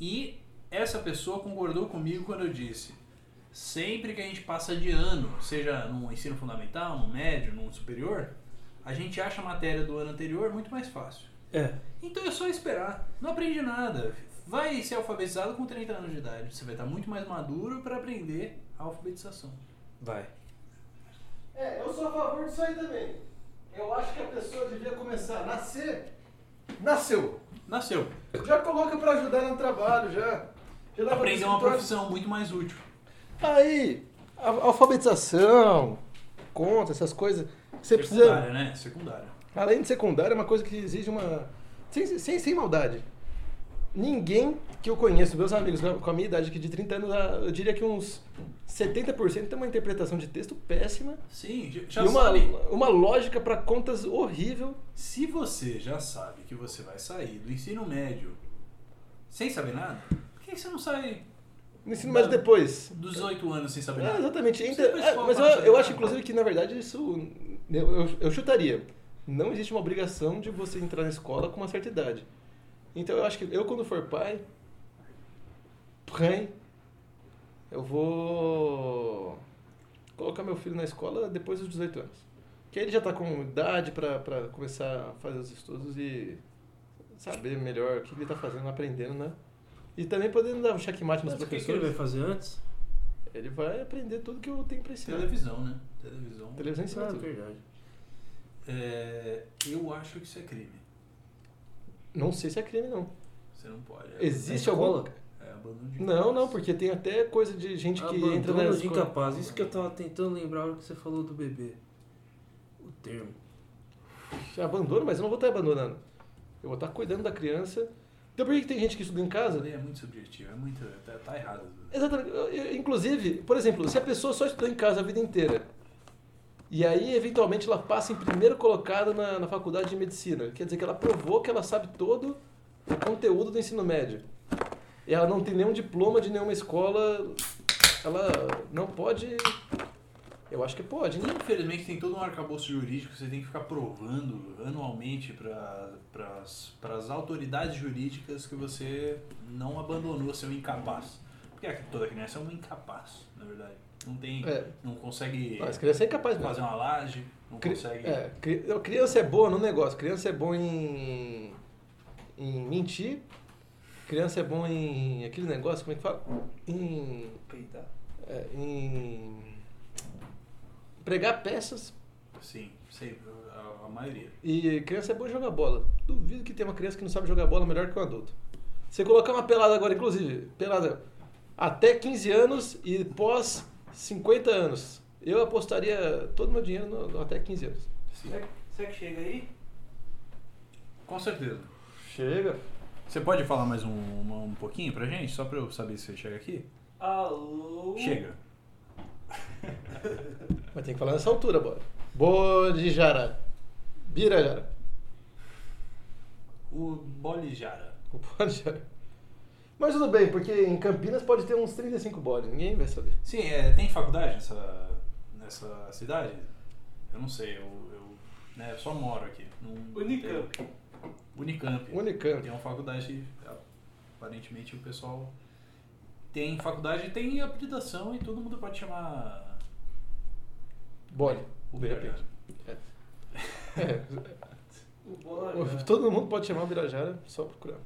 E essa pessoa concordou comigo quando eu disse: sempre que a gente passa de ano, seja no ensino fundamental, no médio, no superior, a gente acha a matéria do ano anterior muito mais fácil. É. Então é só esperar. Não aprende nada. Vai ser alfabetizado com 30 anos de idade. Você vai estar muito mais maduro para aprender a alfabetização. Vai. É, eu sou a favor disso aí também. Eu acho que a pessoa devia começar a nascer. Nasceu. Nasceu. Já coloca pra ajudar no trabalho, já. já leva pro Aprender uma escritório. profissão muito mais útil. Aí, a- alfabetização, conta, essas coisas. Você precisa. Secundária, né? Secundária. Além de secundária, é uma coisa que exige uma. Sem, sem, sem maldade. ninguém que eu conheço, meus amigos né, com a- com a minha idade aqui de 30 anos, ah, eu diria que uns 70% tem uma interpretação de texto péssima Sim, j- já e uma, sabe. uma lógica pra contas horrível. Se você já sabe que você vai sair do ensino médio sem saber nada, por que você não sai No ensino médio depois. dos 8 anos sem saber É, nada? exatamente. Você Entra- vai é, escola mas eu, para saber eu acho, nada. inclusive, que na verdade isso. Eu, eu, eu chutaria. Não existe uma obrigação de você entrar na escola com uma certa idade. Então eu acho que eu, quando for pai. Pai. Eu vou. Colocar meu filho na escola depois dos 18 anos. Que aí ele já tá com idade pra, pra começar a fazer os estudos e saber melhor o que ele tá fazendo, aprendendo, né? E também podendo dar um checkmate nos Mas o que, que ele professores. vai fazer antes? Ele vai aprender tudo que eu tenho pra ensinar. Televisão, né? Televisão. é- Televisão ensina Ah, tudo. verdade. É, eu acho que isso é crime. Não sei se é crime, não. Você não pode. É, Existe Na alguma... escola? É abandono de Não, não, criança. porque tem até coisa de gente que Abandono entra na de escola... incapaz. Isso que eu tava tentando lembrar a hora que você falou do bebê. O termo. Abandono, mas eu não vou estar abandonando. Eu vou estar cuidando da criança. Então por que que tem gente que estuda em Essa casa? lei é muito subjetiva, é muito. Tá, tá errado. Exatamente. Eu- eu- Inclusive, por exemplo, se a pessoa só estudou em casa a vida inteira, e aí eventualmente ela passa em primeiro colocado na, na faculdade de medicina, quer dizer que ela provou que ela sabe todo o conteúdo do ensino médio. E ela não tem nenhum diploma de nenhuma escola, ela não pode. Eu acho que pode, hein? Infelizmente tem todo um arcabouço jurídico que você tem que ficar provando anualmente para as autoridades jurídicas que você não abandonou seu incapaz. Porque a- toda criança é um incapaz, na verdade. Não tem. É. Não consegue Mas criança é incapaz mesmo. fazer uma laje, não Cri- consegue. é, cri- não, criança é boa no negócio, criança é bom em, em mentir, criança é bom em aquele negócio, como é que fala? Em, Peidar. é, em pregar peças Sim, sei, a, a maioria. e criança é boa em jogar bola. Duvido que tenha uma criança que não sabe jogar bola melhor que um adulto. Você colocar uma pelada agora, inclusive, pelada até 15 anos e pós 50 anos, eu apostaria todo o meu dinheiro no- no até 15 anos. Sim. é, Será, será que chega aí? Com certeza. Chega. Você pode falar mais um, uma- um pouquinho pra gente? Só pra eu saber se você chega aqui? Alô? Chega. Mas tem que falar nessa altura, bora. Bodijara. Birajara. O Bolijara. O Bodijara. Mas tudo bem, porque em Campinas pode ter uns 35 bodes, ninguém vai saber. Sim, é, tem faculdade nessa, nessa cidade? Eu não sei, eu, eu, né, eu só moro aqui. não- Unicamp. Unicamp. Unicamp. Tem uma faculdade, aparentemente o pessoal tem faculdade, tem habilitação e todo mundo pode chamar Bode. É. De o Birajara. repente. É. O Bola já. Todo mundo pode chamar o Birajara, só procurar.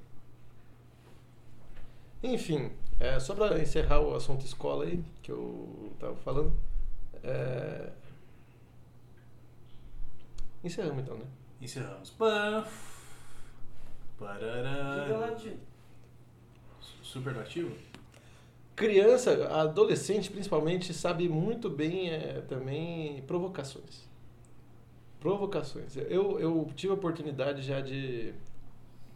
Enfim, é, só pra encerrar o assunto escola aí, que eu tava falando. É... Encerramos então, né? Encerramos. Pã. Diga lá, Parará. tio. Superlativo? Criança, adolescente principalmente, sabe muito bem eh, também provocações. Provocações. Eu, eu tive a oportunidade já de,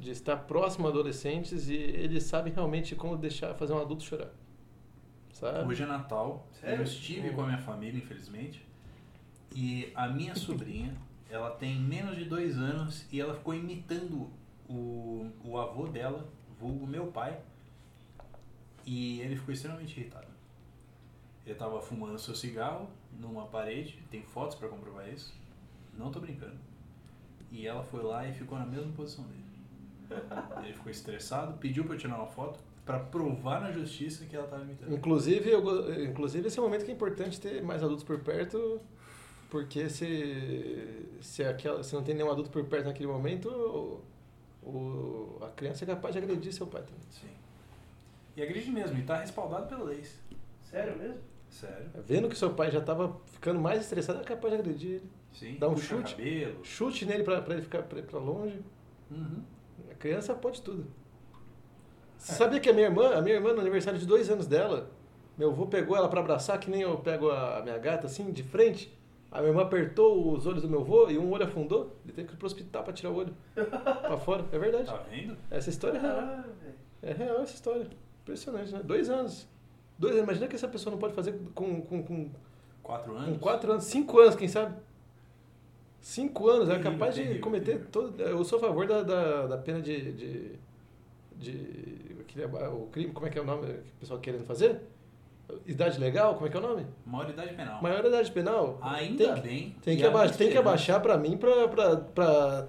de estar próximo a adolescentes e eles sabem realmente como deixar fazer um adulto chorar. Sabe? Hoje é Natal. Sério? Eu estive com a minha família, infelizmente. E a minha sobrinha, ela tem menos de dois anos e ela ficou imitando o, o avô dela, vulgo meu pai. E ele ficou extremamente irritado. Ele tava fumando seu cigarro numa parede, tem fotos para comprovar isso. Não tô brincando. E ela foi lá e ficou na mesma posição dele. Ele ficou estressado, pediu para eu tirar uma foto para provar na justiça que ela tava imitando. Inclusive, eu go- inclusive, esse é um momento que é importante ter mais adultos por perto, porque se, se, aquela, se não tem nenhum adulto por perto naquele momento, o- o- a criança é capaz de agredir seu pai também. Sim. E agride mesmo, e tá respaldado pela lei. Sério mesmo? Sério. Vendo que seu pai já tava ficando mais estressado, é capaz de agredir ele. Sim. Dá um Puxa chute. cabelo. Chute nele pra, pra ele ficar pra, pra longe. Uhum. A criança pode tudo. Você sabia que a minha irmã, a minha irmã, no aniversário de dois anos dela, meu avô pegou ela pra abraçar, que nem eu pego a minha gata assim, de frente. A minha irmã apertou os olhos do meu avô e um olho afundou. Ele teve que ir pro hospital pra tirar o olho. pra fora. É verdade. Tá vendo? Essa história é real. Caralho, Ah, velho. É real essa história. Impressionante, né? Dois anos. Dois anos. Imagina que essa pessoa não pode fazer com, com, com, Quatro anos. com quatro anos, cinco anos, quem sabe? Cinco anos, é Terrível, capaz de terrível, cometer terrível. todo. Eu sou a favor da, da, da pena de. de, de aquele- o crime, como é que é o nome que o pessoal querendo fazer? Idade legal, como é que é o nome? Maioridade penal. Maior idade penal. Ah. Ainda tem, que- bem. Tem que, há aba- tem que esperança. abaixar pra mim pra, pra, pra,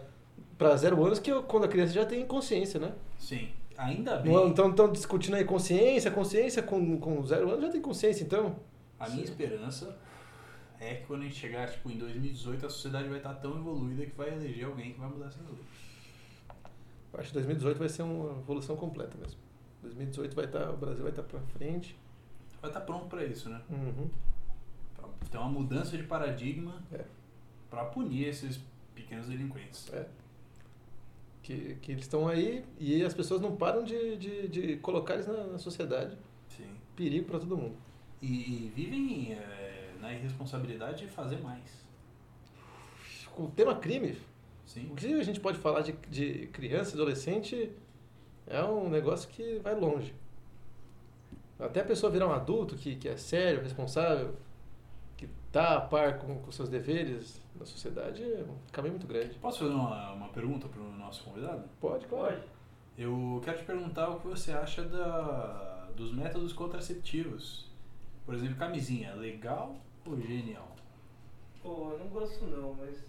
pra zero anos, que eu- quando a criança já tem consciência, né? Sim. Ainda Tá bem. Não então- estão tão discutindo aí consciência, consciência com, com zero anos já tem consciência, então. A minha esperança é que quando a gente chegar tipo, em 2018, a sociedade vai estar tão evoluída que vai eleger alguém que vai mudar essas leis. Eu Acho que 2018 vai ser uma evolução completa mesmo. 2018 vai estar, o Brasil vai estar pra frente. Vai estar pronto pra isso, né? Uhum. Pra ter uma mudança de paradigma É. pra punir esses pequenos delinquentes. É. Que, que eles estão aí e as pessoas não param de, de, de colocar eles na, na sociedade. Sim. Perigo pra todo mundo. E, e vivem é, na irresponsabilidade de fazer mais. O tema crime, Sim. o que a gente pode falar de, de criança, adolescente, é um negócio que vai longe. Até a pessoa virar um adulto que, que é sério, responsável, que tá a par com, com seus deveres na sociedade, é um caminho muito grande. Posso fazer uma, uma pergunta pro nosso convidado? Pode, claro. Pode. Eu quero te perguntar o que você acha da, dos métodos contraceptivos. Por exemplo, camisinha, legal ou genial? Pô, eu não gosto não, mas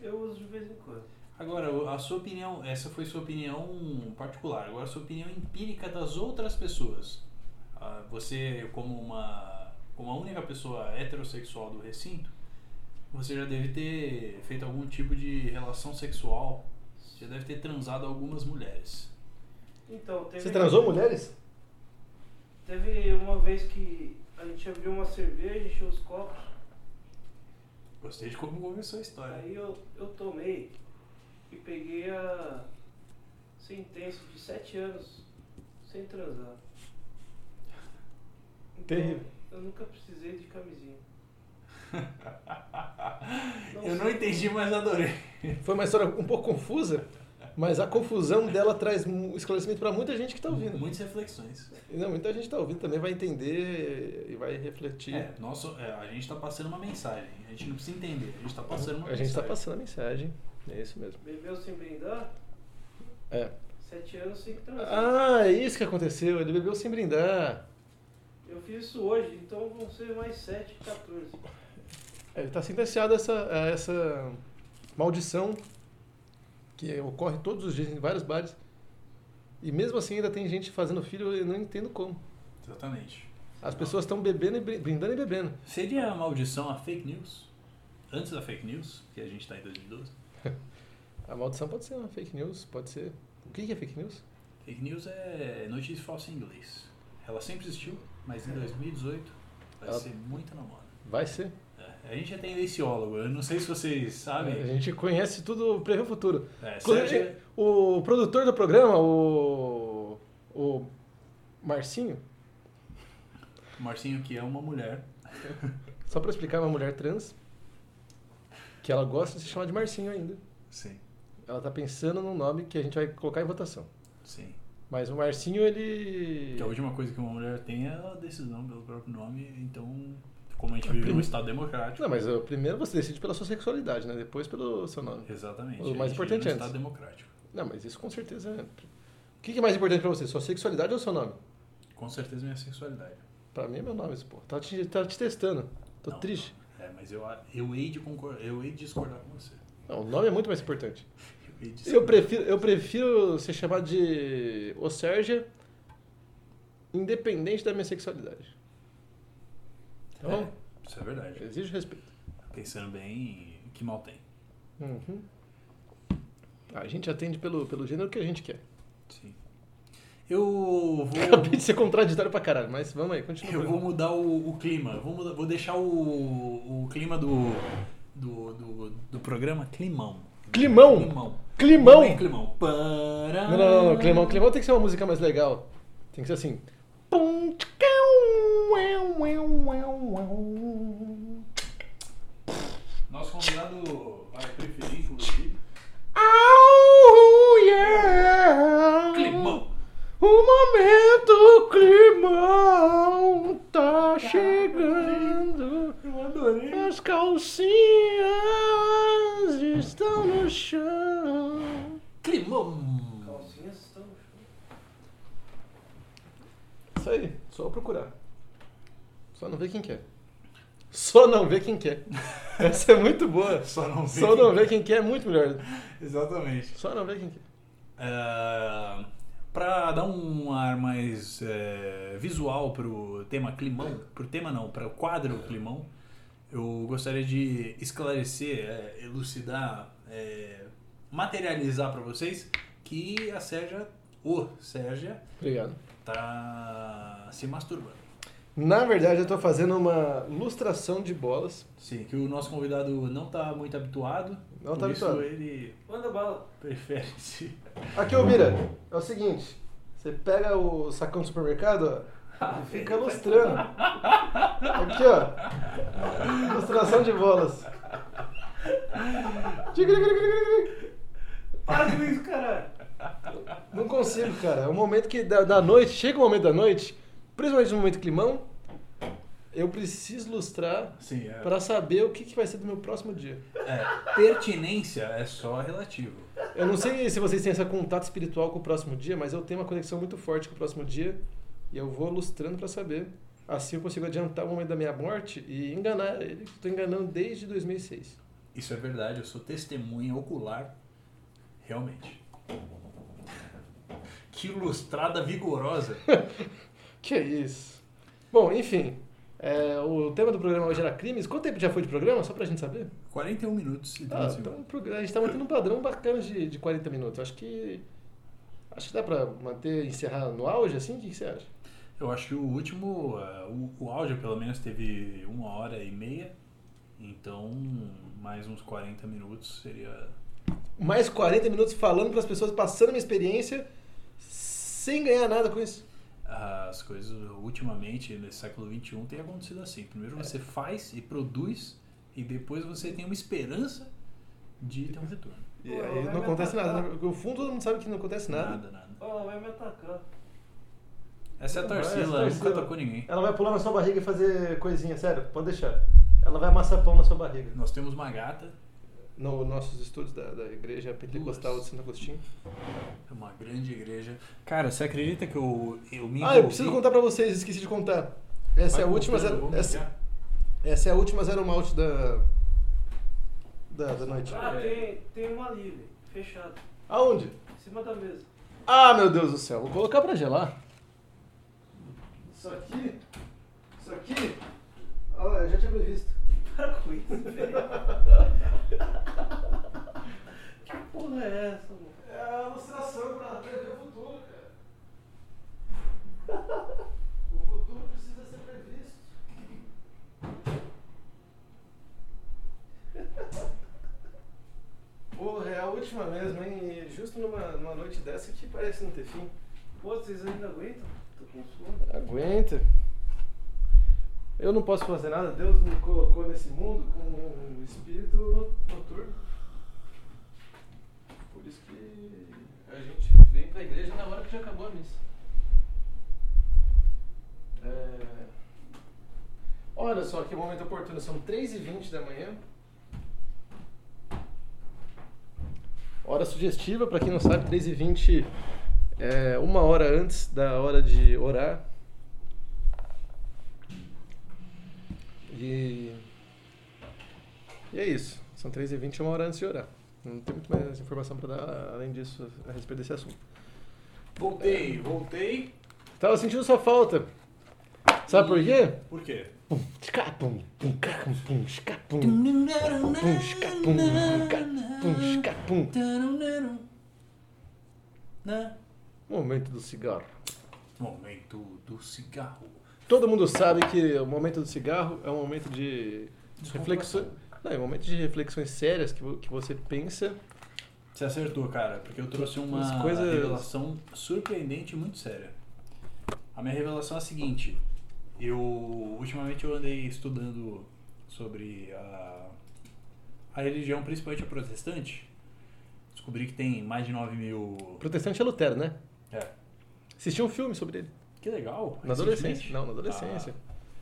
eu uso de vez em quando. Agora, o- a sua opinião, essa foi sua opinião particular, agora a sua opinião empírica das outras pessoas. Ah, Você, como uma, como a única pessoa heterossexual do recinto, você já deve ter feito algum tipo de relação sexual, já deve ter transado algumas mulheres. Então, teve... Você transou mulheres? Teve uma vez que a gente abriu uma cerveja, encheu os copos, Gostei de como começou a história. aí eu, eu tomei e peguei a sentença de sete anos sem transar. Então, Terrível. Eu nunca precisei de camisinha. Eu não entendi, mas adorei. Foi uma história um pouco confusa, mas a confusão dela traz um esclarecimento para muita gente que está Tá ouvindo. É. Muitas reflexões. E não, muita gente está ouvindo também vai entender e vai refletir. É, nosso, é, a gente está passando uma mensagem. A gente não precisa entender, a gente está passando uma a gente mensagem. está passando a mensagem. É isso mesmo. Bebeu sem brindar, É. sete anos sem transar. Ah, é isso que aconteceu. Ele bebeu sem brindar. Eu fiz isso hoje, então vão ser mais sete, 14. Ele está sentenciado a tá essa, a essa maldição que ocorre todos os dias em vários bares. E mesmo assim ainda tem gente fazendo filho, eu não entendo como. Exatamente. As pessoas estão bebendo e brin- brindando e bebendo. Seria a maldição a fake news? Antes da fake news, que a gente está em 2012. A maldição pode ser uma fake news, pode ser. O que que é fake news? Fake news é notícia falsa em inglês. Ela sempre existiu, mas em 2018 vai Ela- ser muito na moda. Vai ser. É, a gente é tendenciólogo, eu não sei se vocês É, A sabem. gente conhece tudo, prevê o futuro. É, Inclusive, Sérgio, o produtor do programa, o. O Marcinho, Marcinho, que é uma mulher. só pra explicar, é uma mulher trans, que ela gosta de se chamar de Marcinho ainda. Sim. Ela tá pensando num nome que a gente vai colocar em votação. Sim. Mas o Marcinho, ele. Que é a última coisa que uma mulher tem é a decisão pelo próprio nome, então, como a gente vive num Prime- estado democrático. Não, mas ó, primeiro você decide pela sua sexualidade, né? Depois pelo seu nome. Exatamente. O a gente mais vive importante num antes. estado democrático. Não, mas isso com certeza é. O que que é mais importante pra você? Sua sexualidade ou seu nome? Com certeza minha sexualidade. Pra mim é meu nome, isso, pô. Tá te, tá te testando. Tô Não, triste. É, mas eu, eu hei de concordar, eu hei de discordar com você. Não, o nome é muito mais importante. Eu, hei de Eu discordar. prefiro, eu prefiro ser chamado de O Sérgio, independente da minha sexualidade. Tá bom? É, isso é verdade. Exijo respeito. Pensando bem, que mal tem. Uhum. Ah, A gente atende pelo, pelo gênero que a gente quer. Sim. Eu vou. Acabei de ser contraditório pra caralho, mas vamos aí, continua. Eu vou mudar o, o clima. Vou, mudar- vou deixar o, o clima do, do, do, do programa Climão. Climão? Climão. Climão? Bem, climão. Pará. Não, não, não, Clemão, Clemão tem que ser uma música mais legal. Tem que ser assim. Pum, tchicão, ué, ué, ué, ué. nosso convidado vai preferir, inclusive. Oh, yeah! Climão! O momento climão tá chegando. Eu adorei. As calcinhas estão no chão. Climão! Calcinhas estão no chão. Isso aí, só procurar. Só não ver quem quer. Só não ver quem quer. Essa é muito boa. Só não vê. Só não ver quem quer é muito melhor. Exatamente. Só não ver quem quer. Ah, pra dar um ar mais eh, visual pro tema climão, pro tema não, para o quadro climão, eu gostaria de esclarecer, eh, elucidar, eh, materializar para vocês que a Sérgia, o Sérgia, Obrigado. tá se masturbando. Na verdade, eu tô fazendo uma lustração de bolas. Sim, que o nosso convidado não tá muito habituado. Não por tá isso habituado. ele Manda bala. prefere se. Aqui, ô Bira, é o seguinte. Você pega o sacão do supermercado, ó, e fica lustrando. Aqui, ó. Lustração de bolas. Para com isso, caralho. Não consigo, cara. É um momento que da, da noite, chega o momento da noite, principalmente no momento climão, eu preciso lustrar Sim, é, pra saber o que, que vai ser do meu próximo dia. é, pertinência é só relativo. Eu não sei se vocês têm esse contato espiritual com o próximo dia, mas eu tenho uma conexão muito forte com o próximo dia e eu vou lustrando pra saber. Assim eu consigo adiantar o momento da minha morte e enganar ele. Estou enganando desde 2006. Isso é verdade, eu sou testemunha ocular, realmente. Que ilustrada vigorosa. Que isso. Bom, enfim. é, o tema do programa hoje era crimes. Quanto tempo já foi de programa? Só pra gente saber? 41 minutos e 30 Ah, então segundos. o programa- a gente tá mantendo um padrão bacana de, de 40 minutos. Acho que. Acho que dá pra manter, encerrar no auge assim? O que, que você acha? Eu acho que o último, eh, o, o áudio pelo menos teve uma hora e meia. Então, mais uns 40 minutos seria. Mais 40 minutos falando pras pessoas, passando minha experiência, sem ganhar nada com isso. As coisas ultimamente, nesse século XXI, tem acontecido assim. Primeiro É. você faz e produz, e depois você tem uma esperança de ter um retorno. E aí não acontece nada. né? Porque o fundo todo mundo sabe que não acontece nada. Nada, nada. Ela vai me atacar. Essa é a Vai, essa Tarsila, nunca Tarsila. tocou ninguém. Ela vai pular na sua barriga e fazer coisinha, sério, pode deixar. Ela vai amassar pão na sua barriga. Nós temos uma gata, Nos nossos estudos da, da igreja pentecostal Duas. de Santo Agostinho. uma grande igreja. Cara, você acredita que eu, eu me Ah, eu preciso contar pra vocês, esqueci de contar. Essa é a última. Zero, essa, essa é a última zero malte da. Da, da noite. Ah, tem, tem uma livre, fechada, Aonde? em cima da mesa. Ah, meu Deus do céu, vou colocar pra gelar. Isso aqui. Isso aqui. Ah, eu já tinha previsto. Para com isso, velho. que porra é essa, mano? É a ilustração pra prever o futuro, cara. o futuro precisa ser previsto. Porra, é a última mesmo, hein? E Justo numa, numa noite dessa que parece não ter fim. Pô, vocês ainda aguentam? Tô com sono. Aguenta. Eu não posso fazer nada, Deus me colocou nesse mundo com um espírito no- noturno. Por isso que a gente vem pra igreja na hora que já acabou a missa. É, Olha só que momento oportuno, são 3h20 da manhã. Hora sugestiva, pra quem não sabe, 3h20 é uma hora antes da hora de orar. E, e é isso. São 3h20, uma hora antes de orar. Não tem muito mais informação pra dar além disso a respeito desse assunto. Voltei, voltei. Tava sentindo sua falta. Sabe por quê? Por quê? Pum, tchicá, pum, pum, cá, pum, pum, tchicá, pum. Pum, tchicá, pum, pum, cá, pum, tchicá, pum. Momento do cigarro. Momento do cigarro. Todo mundo sabe que o momento do cigarro é um momento de reflexões. Não, é um momento de reflexões sérias que, vo- que você pensa. Você acertou, cara, porque eu trouxe uma As coisas- revelação surpreendente e muito séria. A minha revelação é a seguinte: eu ultimamente eu andei estudando sobre a, a religião, principalmente a protestante, descobri que tem mais de 9 mil. Protestante é Lutero, né? É. Assisti um filme sobre ele. Que legal. Na adolescência. recentemente. Não, na adolescência.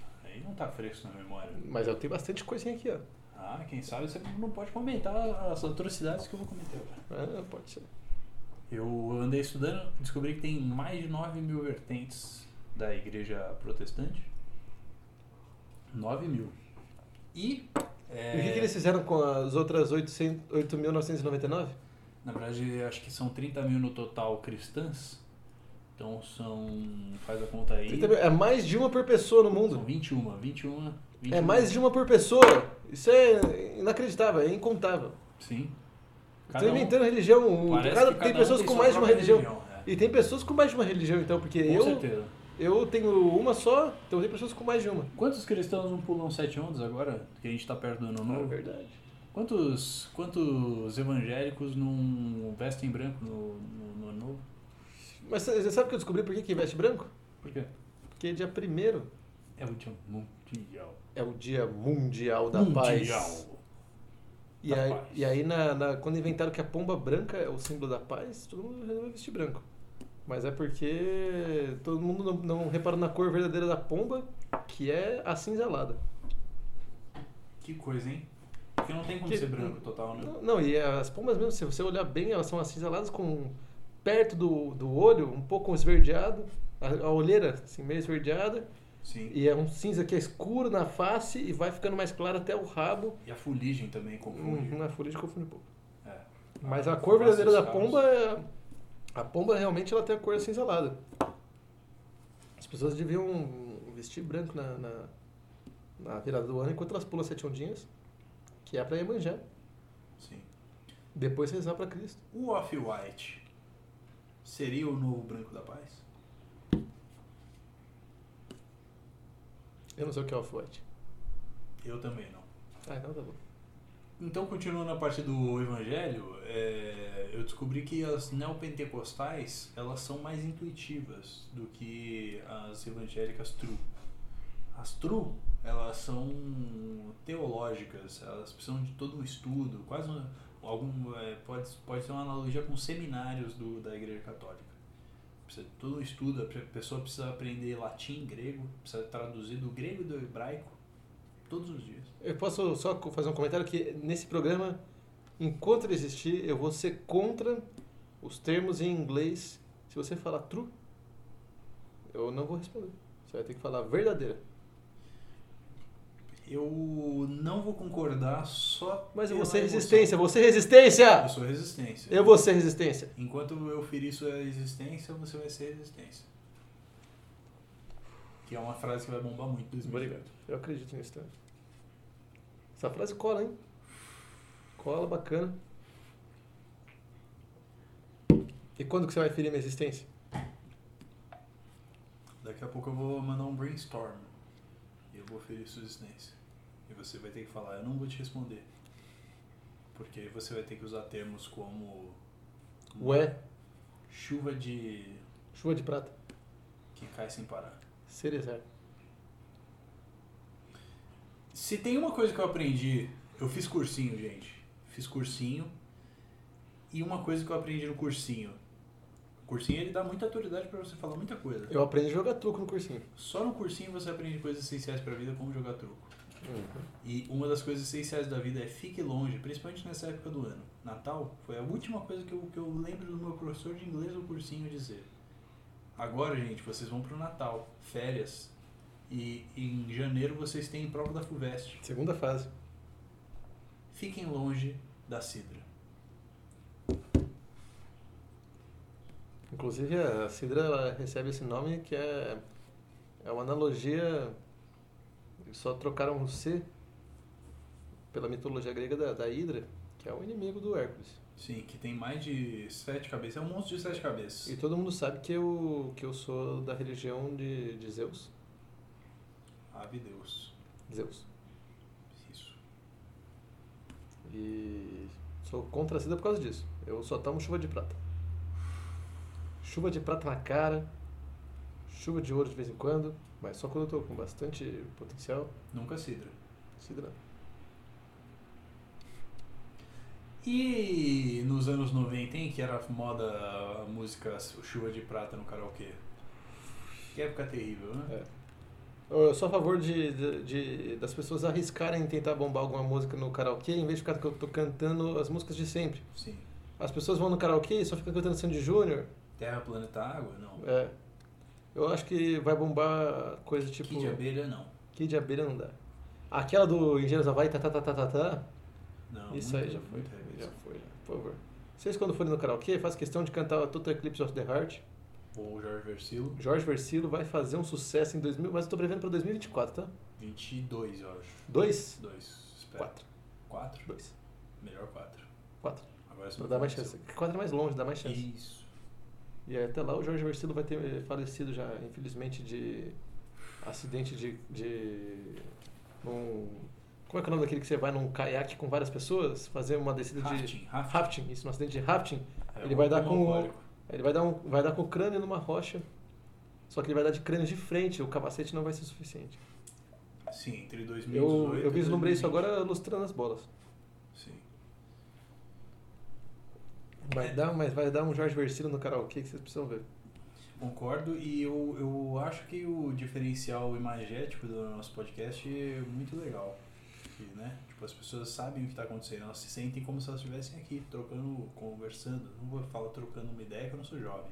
Ah, aí não tá fresco na memória. Mas eu tenho bastante coisinha aqui, ó. Ah, quem sabe você não pode comentar as atrocidades que eu vou cometer. agora. Ah, pode ser. Eu andei estudando, descobri que tem mais de 9 mil vertentes da igreja protestante. 9 mil. E. é, E o que, que eles fizeram com as outras 800 8.999? Na verdade, eu acho que são 30 mil no total cristãs. Então são. Faz a conta aí. 30 mil. É mais de uma por pessoa no São mundo. 21, 21. 21 É mais de uma por pessoa. Isso é inacreditável, é incontável. Sim. Estão inventando religião. um. parece Cada, que tem cada um pessoas com sua mais de uma própria religião. é. E tem pessoas com mais de uma religião, então, porque Com eu, certeza. eu tenho uma só, então tem pessoas com mais de uma. Quantos cristãos não pulam sete ondas agora? Que a gente tá perto do ano é novo. verdade. Quantos, quantos evangélicos não vestem branco no, no, no ano novo? Mas você você sabe que eu descobri por que que veste branco? Por quê? Porque dia 1 É o dia mundial. é o dia mundial da paz. mundial. E da aí, paz. e aí na, na- quando inventaram que a pomba branca é o símbolo da paz, todo mundo resolveu vestir branco. Mas é porque todo mundo não, não reparou na cor verdadeira da pomba, que é acinzelada. Que coisa, hein? Porque não tem como Que- ser branco total, né? Não, não, e as pombas mesmo, se você olhar bem, elas são acinzeladas com perto do, do olho, um pouco esverdeado, a, a olheira assim, meio esverdeada, Sim. e é um cinza que é escuro na face e vai ficando mais claro até o rabo. E a fuligem também confunde. Hum, Na folha de confunde um pouco. É. Mas Ah, a cor verdadeira da vários pomba é. A pomba realmente ela tem a cor acinzelada. As pessoas deviam vestir branco na, na, na virada do ano enquanto elas pulam sete ondinhas, que é pra Iemanjá. Sim. Depois rezar pra Cristo. O Off-White seria o novo branco da paz? Eu não sei o que é off-white. Eu também não. Ah, então tá bom. Então, continuando a parte do evangelho, é, eu descobri que as neopentecostais, elas são mais intuitivas do que as evangélicas true. As true, elas são teológicas, elas precisam de todo um estudo, quase um- algum, é, pode, pode ser uma analogia com seminários do, da igreja católica. Precisa de todo um estudo, a pe- pessoa precisa aprender latim, grego, precisa traduzir do grego e do hebraico todos os dias. Eu posso só co- fazer um comentário que nesse programa, enquanto ele existir, eu vou ser contra os termos em inglês. Se você falar true, eu não vou responder. Você vai ter que falar verdadeira. Eu não vou concordar só. Mas eu pela vou ser emoção. resistência, você resistência! Eu sou resistência. Eu vou ser resistência. Enquanto eu ferir sua existência, você vai ser resistência. Que é uma frase que vai bombar muito. em 2018. Eu acredito nisso também. Essa frase cola, hein? Cola, bacana. E quando que você vai ferir minha existência? Daqui a pouco eu vou mandar um brainstorm. E eu vou ferir sua existência. E você vai ter que falar, eu não vou te responder. Porque aí você vai ter que usar termos como. como Ué, Chuva de. chuva de prata, que cai sem parar. cerezar. Se tem uma coisa que eu aprendi, eu fiz cursinho, gente. Fiz cursinho. E uma coisa que eu aprendi no cursinho. O cursinho ele dá muita autoridade pra você falar muita coisa. Eu aprendi a jogar truco no cursinho. Só no cursinho você aprende coisas essenciais pra vida, como jogar truco. E uma das coisas essenciais da vida é fique longe, principalmente nessa época do ano. Natal foi a última coisa que eu, que eu lembro do meu professor de inglês no cursinho dizer. Agora, gente, vocês vão pro Natal, férias. E em janeiro vocês têm prova da FUVEST. Segunda fase. Fiquem longe da cidra. Inclusive a Cidra ela recebe esse nome que é, é uma analogia. Só trocaram o C pela mitologia grega da, da Hidra, que é o inimigo do Hércules. Sim, que tem mais de sete cabeças. É um monstro de sete cabeças. E todo mundo sabe que eu, que eu sou da religião de, de Zeus. Ave Deus. Zeus. Isso. E sou contra a Cidra por causa disso. Eu só tomo chuva de prata. Chuva de prata na cara, chuva de ouro de vez em quando, mas só quando eu tô com bastante potencial. Nunca cidra. Cidra. E nos anos 90, hein, que era moda a música Chuva de Prata no karaokê? Que época terrível, né? Eu sou a favor de, de- de- das pessoas arriscarem tentar bombar alguma música no karaokê em vez de ficar to- to- cantando as músicas de sempre. Sim. As pessoas vão no karaokê e só ficam cantando Sandy Júnior. Terra, planeta, água? Não. É. Eu acho que vai bombar coisa tipo. Kid de abelha? Não. Kid Abelha não dá. Aquela do Engenheiros da Vai, tá, tá, tá, tá, tá, tá. não Isso aí muito- já foi. muita revista. Já foi, já. Por favor. Vocês, quando forem no karaokê, faz questão de cantar Total Eclipse of the Heart. Ou Jorge Versilo, Jorge Versilo vai fazer um sucesso em 2000, mas eu tô prevendo pra 2024, tá? 22, eu acho. Dois? 2, espera. Quatro. 4? Dois. Melhor 4. Quatro. Agora Pra dar mais chance. Quatro é mais longe, dá mais chance. Isso. E aí, até lá o Jorge Versilo vai ter eh, falecido já, infelizmente, de acidente de. de um, como é que é o nome daquele que você vai num caiaque com várias pessoas? Fazer uma descida de. Rafting, rafting. Rafting, isso, um acidente de rafting. É ele um vai dar com. homofóbico. Ele vai dar, um, vai dar com o crânio numa rocha. Só que ele vai dar de crânio de frente, o capacete não vai ser suficiente. Sim, entre Eu, 2018 eu e vislumbrei isso 2020. agora lustrando as bolas. Sim. Vai dar, mas vai dar um Jorge Versilo no karaokê que vocês precisam ver. Concordo, e eu, eu acho que o diferencial imagético do nosso podcast é muito legal. Que, né? Tipo, as pessoas sabem o que está acontecendo, elas se sentem como se elas estivessem aqui, trocando, conversando. Não vou falar trocando uma ideia que eu não sou jovem.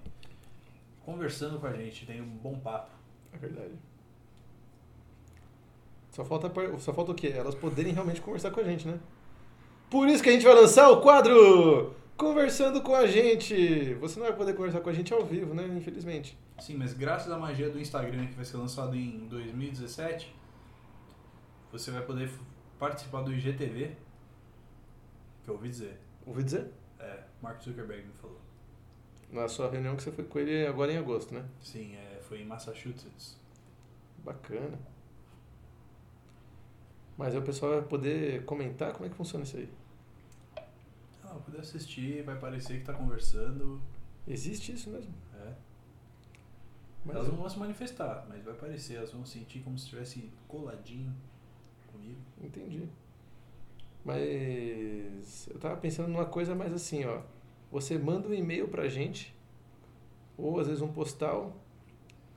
Conversando com a gente, tem um bom papo. É verdade. Só falta, par- só falta o quê? Elas poderem realmente conversar com a gente, né? Por isso que a gente vai lançar o quadro Conversando com a gente. Você não vai poder conversar com a gente ao vivo, né? Infelizmente. Sim, mas graças à magia do Instagram que vai ser lançado em 2017, você vai poder f- participar do IGTV, que eu ouvi dizer. Ouvi dizer? É, Mark Zuckerberg me falou. Na sua reunião que você foi com ele agora em agosto, né? Sim, é, foi em Massachusetts. Bacana. Mas aí o pessoal vai poder comentar como é que funciona isso aí. Ah, eu puder assistir, vai parecer que tá conversando. Existe isso mesmo. É. Mas é. elas não vão se manifestar, mas vai parecer, elas vão sentir como se estivesse coladinho comigo. Entendi. Mas eu tava pensando numa coisa mais assim, ó. Você manda um e-mail pra gente, ou às vezes um postal,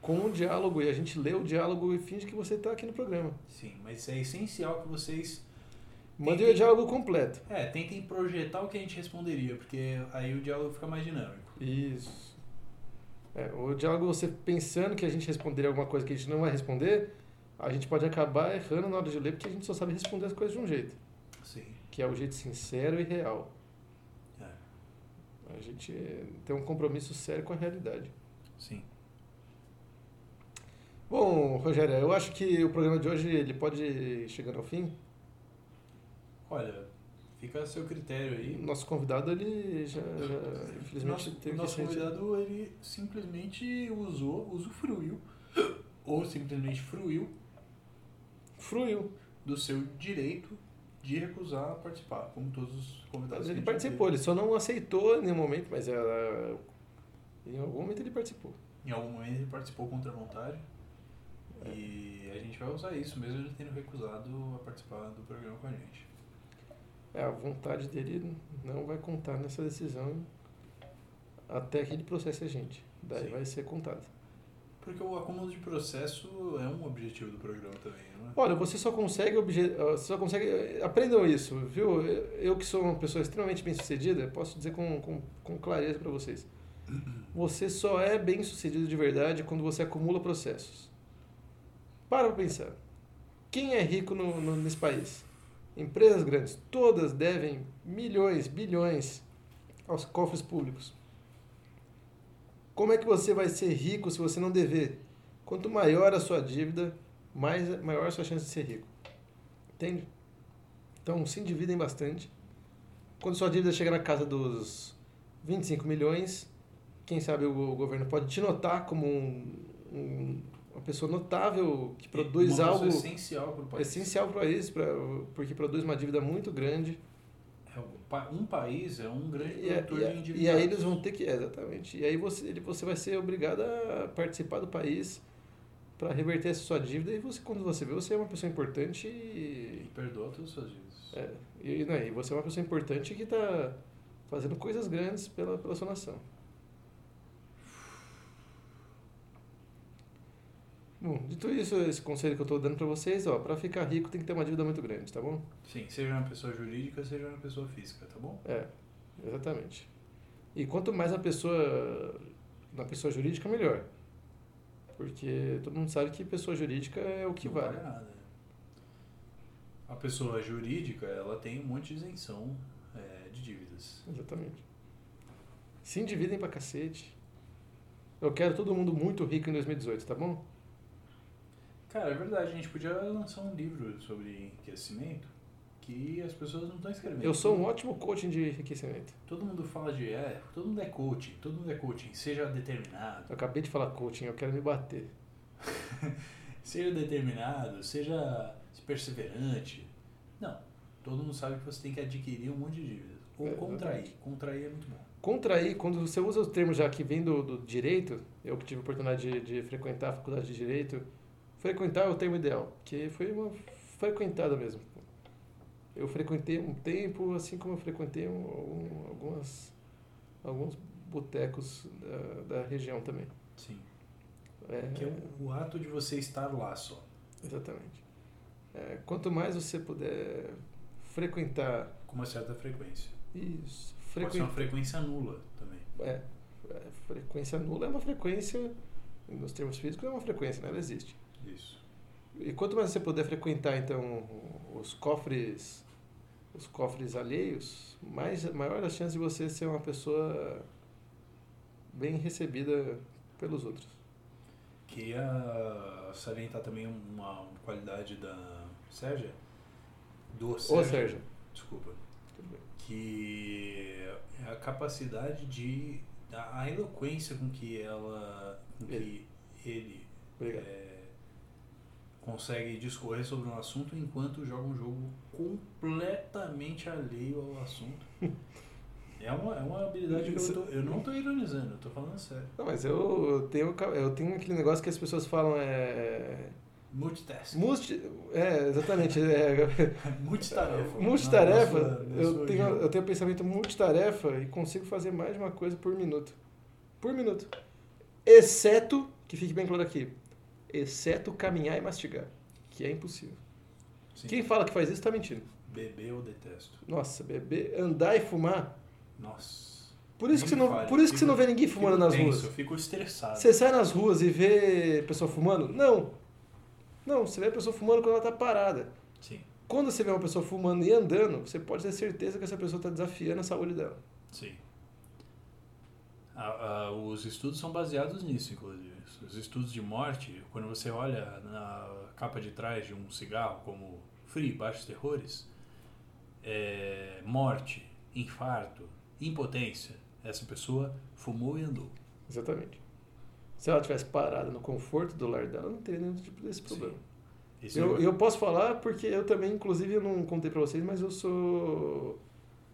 com um diálogo, e a gente lê o diálogo e finge que você tá aqui no programa. Sim, mas é essencial que vocês. Mandei o diálogo completo. É, tentem projetar o que a gente responderia, porque aí o diálogo fica mais dinâmico. Isso. É, o diálogo você pensando que a gente responderia alguma coisa que a gente não vai responder, a gente pode acabar errando na hora de ler, porque a gente só sabe responder as coisas de um jeito, Sim. que é o jeito sincero e real. É, A gente eh, tem um compromisso sério com a realidade. sim. Bom, Rogério, eu acho que o programa de hoje ele pode ir chegando ao fim. Olha, fica a seu critério E aí. nosso convidado ele já, já, É, infelizmente nosso, teve nosso que se retirar. convidado ele simplesmente usou, usufruiu, ou simplesmente fruiu fruiu. do seu direito de recusar participar, como todos os convidados. Mas ele que a gente participou, ele só não aceitou em nenhum momento, mas era... em algum momento ele participou. teve. Em algum momento ele participou contra a vontade. É. E a gente vai usar isso, mesmo ele tendo recusado a participar do programa com a gente. É, a vontade dele não vai contar nessa decisão até que ele processe a gente. Daí Sim. vai ser contado. Porque o acúmulo de processo é um objetivo do programa também, não é? Olha, você só consegue obje... ah, você só consegue aprendam isso, viu? Eu- Eu que sou uma pessoa extremamente bem-sucedida, posso dizer com, com, com clareza para vocês. Você só é bem-sucedido de verdade quando você acumula processos. Para pra pensar. Quem é rico no, no- nesse país? Empresas grandes, todas devem milhões, bilhões aos cofres públicos. Como é que você vai ser rico se você não dever? Quanto maior a sua dívida, mais maior a sua chance de ser rico. Entende? Então se endividem bastante. Quando sua dívida chegar na casa dos 25 milhões, quem sabe o governo pode te notar como um- um- uma pessoa notável que produz Uma algo coisa essencial para o país. essencial para isso, pra, porque produz uma dívida muito grande. É, o pa- Um país é um grande E, a- produtor e a- de e indivíduos. aí eles vão ter que. é, exatamente. E aí você, ele- você vai ser obrigado a participar do país pra reverter essa sua dívida. E você, quando você vê, você é uma pessoa importante e. E perdoa todas as suas dívidas. É, e, né, e você é uma pessoa importante que tá fazendo coisas grandes pela, pela sua nação. Bom, dito isso, esse conselho que eu tô dando pra vocês, ó, pra ficar rico tem que ter uma dívida muito grande, tá bom? Sim, seja na pessoa jurídica, seja na pessoa física, tá bom? É, exatamente. E quanto mais a pessoa na pessoa jurídica, melhor. Porque todo mundo sabe que pessoa jurídica é o que Não vale. nada. A pessoa jurídica, ela tem um monte de isenção é, de dívidas. Exatamente. Se endividem pra cacete. Eu quero todo mundo muito rico em 2018, tá bom? Cara, é verdade, a gente podia lançar um livro sobre enriquecimento que as pessoas não estão escrevendo. Eu sou um ótimo coaching de enriquecimento. Todo mundo fala de é, todo mundo é coaching, todo mundo é coaching, seja determinado, Eu acabei de falar coaching, eu quero me bater. seja determinado, seja perseverante. Não, todo mundo sabe que você tem que adquirir um monte de dívidas. Ou É, contrair. Contrair é muito bom. Contrair, quando você usa os termos já que vem do, do direito, eu que tive a oportunidade de, de frequentar a faculdade de direito, frequentar é o termo ideal, porque foi uma frequentada mesmo. Eu frequentei um tempo, assim como eu frequentei um, algum- algumas, alguns botecos eh, da, da região também. Sim. É, Que é o, o ato de você estar lá só. Exatamente. É, quanto mais você puder frequentar Com uma certa frequência. isso, Pode ser frequentar. uma frequência nula também. É, é, frequência nula é uma frequência, nos termos físicos, é uma frequência, né? ela existe. Isso. E quanto mais você puder frequentar, então, os cofres, os cofres alheios, mais, maior a chance de você ser uma pessoa bem recebida pelos outros. Queria é, salientar também uma qualidade da Sérgia. Do Ô, Sérgio. Sérgio, Desculpa. tudo bem. que é a capacidade de a a eloquência com que ela com que ele Obrigado. é, consegue discorrer sobre um assunto enquanto joga um jogo completamente alheio ao assunto é uma, é uma habilidade que eu, Isso- tô, eu não tô ironizando eu tô falando sério Não, mas eu tenho, ca- eu tenho aquele negócio que as pessoas falam, é... multitasking Multi, é, exatamente. É, multitarefa multitarefa, Na- na sua- na eu, sua tenho, vida. eu tenho um pensamento multitarefa e consigo fazer mais de uma coisa por minuto. Por minuto. Exceto, que fique bem claro aqui, exceto caminhar e mastigar, que é impossível. Sim. Quem fala que faz isso tá mentindo. beber eu detesto Nossa, beber, andar e fumar. nossa Por isso, que você, Nem me não, fale, por isso que você fico- não vê ninguém fico fumando nas tenso, ruas. eu fico estressado Você sai nas ruas e vê pessoa fumando? Não. Não, você vê a pessoa fumando quando ela tá parada. sim Quando você vê uma pessoa fumando e andando, você pode ter certeza que essa pessoa está desafiando a saúde dela. Sim. A- a- os estudos são baseados nisso, inclusive. Os estudos de morte, quando você olha na capa de trás de um cigarro, como Free, Baixos Terrores, é, morte, infarto, impotência, essa pessoa fumou e andou. Exatamente. Se ela tivesse parada no conforto do lar dela, não teria nenhum tipo desse problema. Esse é Eu, negócio- eu posso falar porque eu também, inclusive, eu não contei pra vocês, mas eu sou.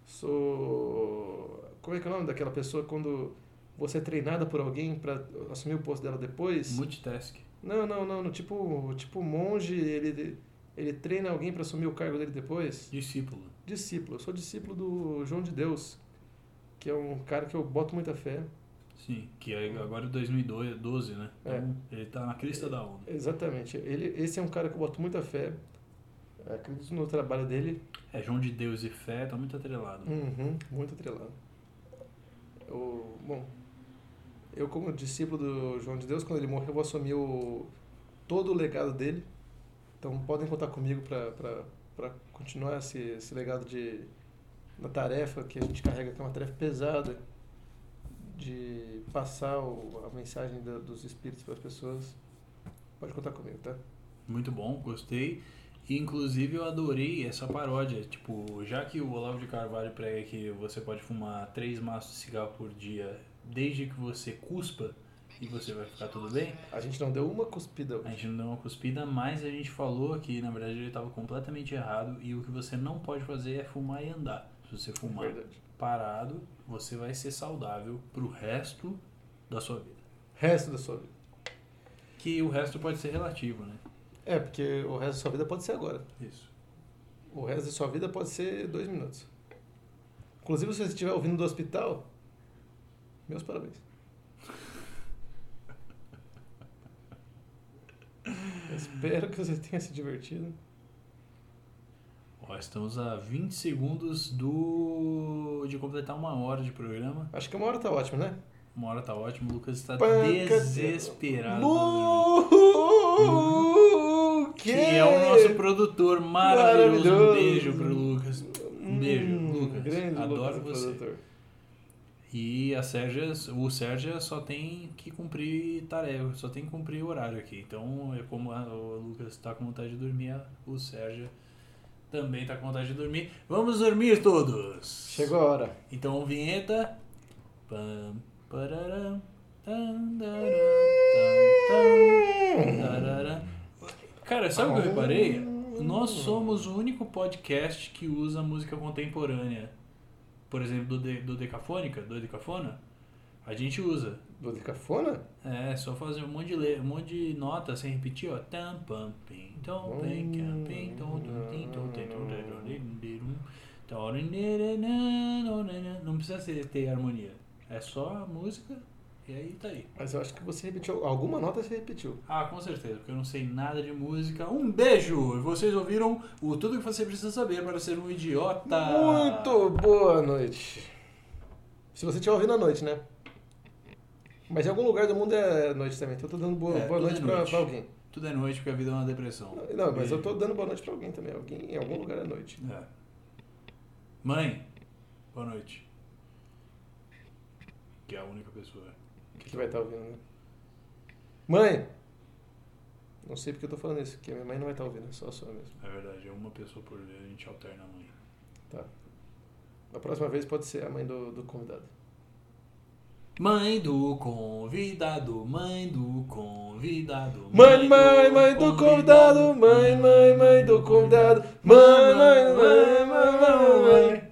Sou. Como é que é o nome daquela pessoa quando você é treinada por alguém pra assumir o posto dela depois? Multitask. Não, não, não, no tipo, tipo monge, ele, ele treina alguém pra assumir o cargo dele depois. Discípulo. discípulo. Eu sou discípulo do João de Deus, que é um cara que eu boto muita fé. Sim, que é agora em 2012, né? Hum. É. Então, ele tá na crista da onda. Exatamente. Ele, esse é um cara que eu boto muita fé. Acredito no trabalho dele. É João de Deus e fé, tá muito atrelado. Uhum, muito atrelado. Eu, bom, eu como discípulo do João de Deus, quando ele morrer, eu vou assumir o, todo o legado dele. Então podem contar comigo para continuar esse, esse legado de da tarefa que a gente carrega, que é uma tarefa pesada de passar o- a mensagem da- dos espíritos para as pessoas. Pode contar comigo, tá? Muito bom, gostei. E, inclusive eu adorei essa paródia. Tipo, já que o Olavo de Carvalho prega que você pode fumar três maços de cigarro por dia, desde que você cuspa e você vai ficar tudo bem, A gente não deu uma cuspida a hoje. gente não deu uma cuspida, mas a gente falou que na verdade ele estava completamente errado e o que você não pode fazer é fumar e andar. Se você fumar Verdade. parado, você vai ser saudável pro resto da sua vida. Resto da sua vida. que o resto pode ser relativo, né? É, porque o resto da sua vida pode ser agora. Isso. O resto da sua vida pode ser dois minutos. Inclusive, se você estiver ouvindo do hospital, meus parabéns. Eu Espero que você tenha se divertido. Ó, estamos a 20 segundos do de completar uma hora de programa. Acho que uma hora tá ótimo, né? Uma hora tá ótimo, o Lucas está Pancadeiro. desesperado. Lu! Que é o nosso produtor maravilhoso. Maravilhoso. Um beijo pro Lucas. Um beijo, Lucas. Hum, Grande Adoro Lucas, você. produtor. E a Sérgia, o Sérgio só tem que cumprir tarefa, só tem que cumprir o horário aqui. Então, é como a- o Lucas está com vontade de dormir, a- o Sérgio também está com vontade de dormir. Vamos dormir todos! Chegou a hora. Então, vinheta. Pam, pararam, tam, daram, tam, tam, tararam. Cara, sabe o que eu reparei? Nós somos o único podcast que usa música contemporânea. Por exemplo, do, de, do Decafônica, do Decafona, a gente usa. Do de cafona? É, só fazer um monte de, le... um monte de nota sem repetir, ó. Tam, pam, pim, tom, pim, cam, pim, tom, tum, tim, tom, tim, tom, tim, tom, tim, tim, tum. Tauri, nere, na, no, na, na. Não precisa ser- ter harmonia. É só a música e aí tá aí. Mas eu acho que você repetiu. Alguma nota você repetiu. Ah, com certeza, porque eu não sei nada de música. Um beijo! E Vocês ouviram o Tudo que Você Precisa Saber para Ser um Idiota. Muito boa noite. Se você estiver ouvindo à noite, né? Mas em algum lugar do mundo é noite também. Então eu tô dando boa, É, boa tudo noite, é pra- noite. Pra, alguém. Tudo é noite porque a vida é uma depressão. Não, mas Beijo. eu tô dando boa noite pra alguém também. Alguém em algum lugar é noite. É. Mãe, boa noite. Que é a única pessoa. O que, que vai estar ouvindo, né? Mãe! Não sei porque eu tô falando isso, porque minha mãe não vai estar ouvindo, só a sua mesmo. Na verdade, é uma pessoa por dia, a gente alterna a mãe. Da próxima vez pode ser a mãe do, do convidado. Mãe do convidado, mãe do convidado. Mãe, mãe, mãe do convidado, mãe, mãe, mãe do convidado, mãe, mãe, mãe, mãe, mãe, mãe.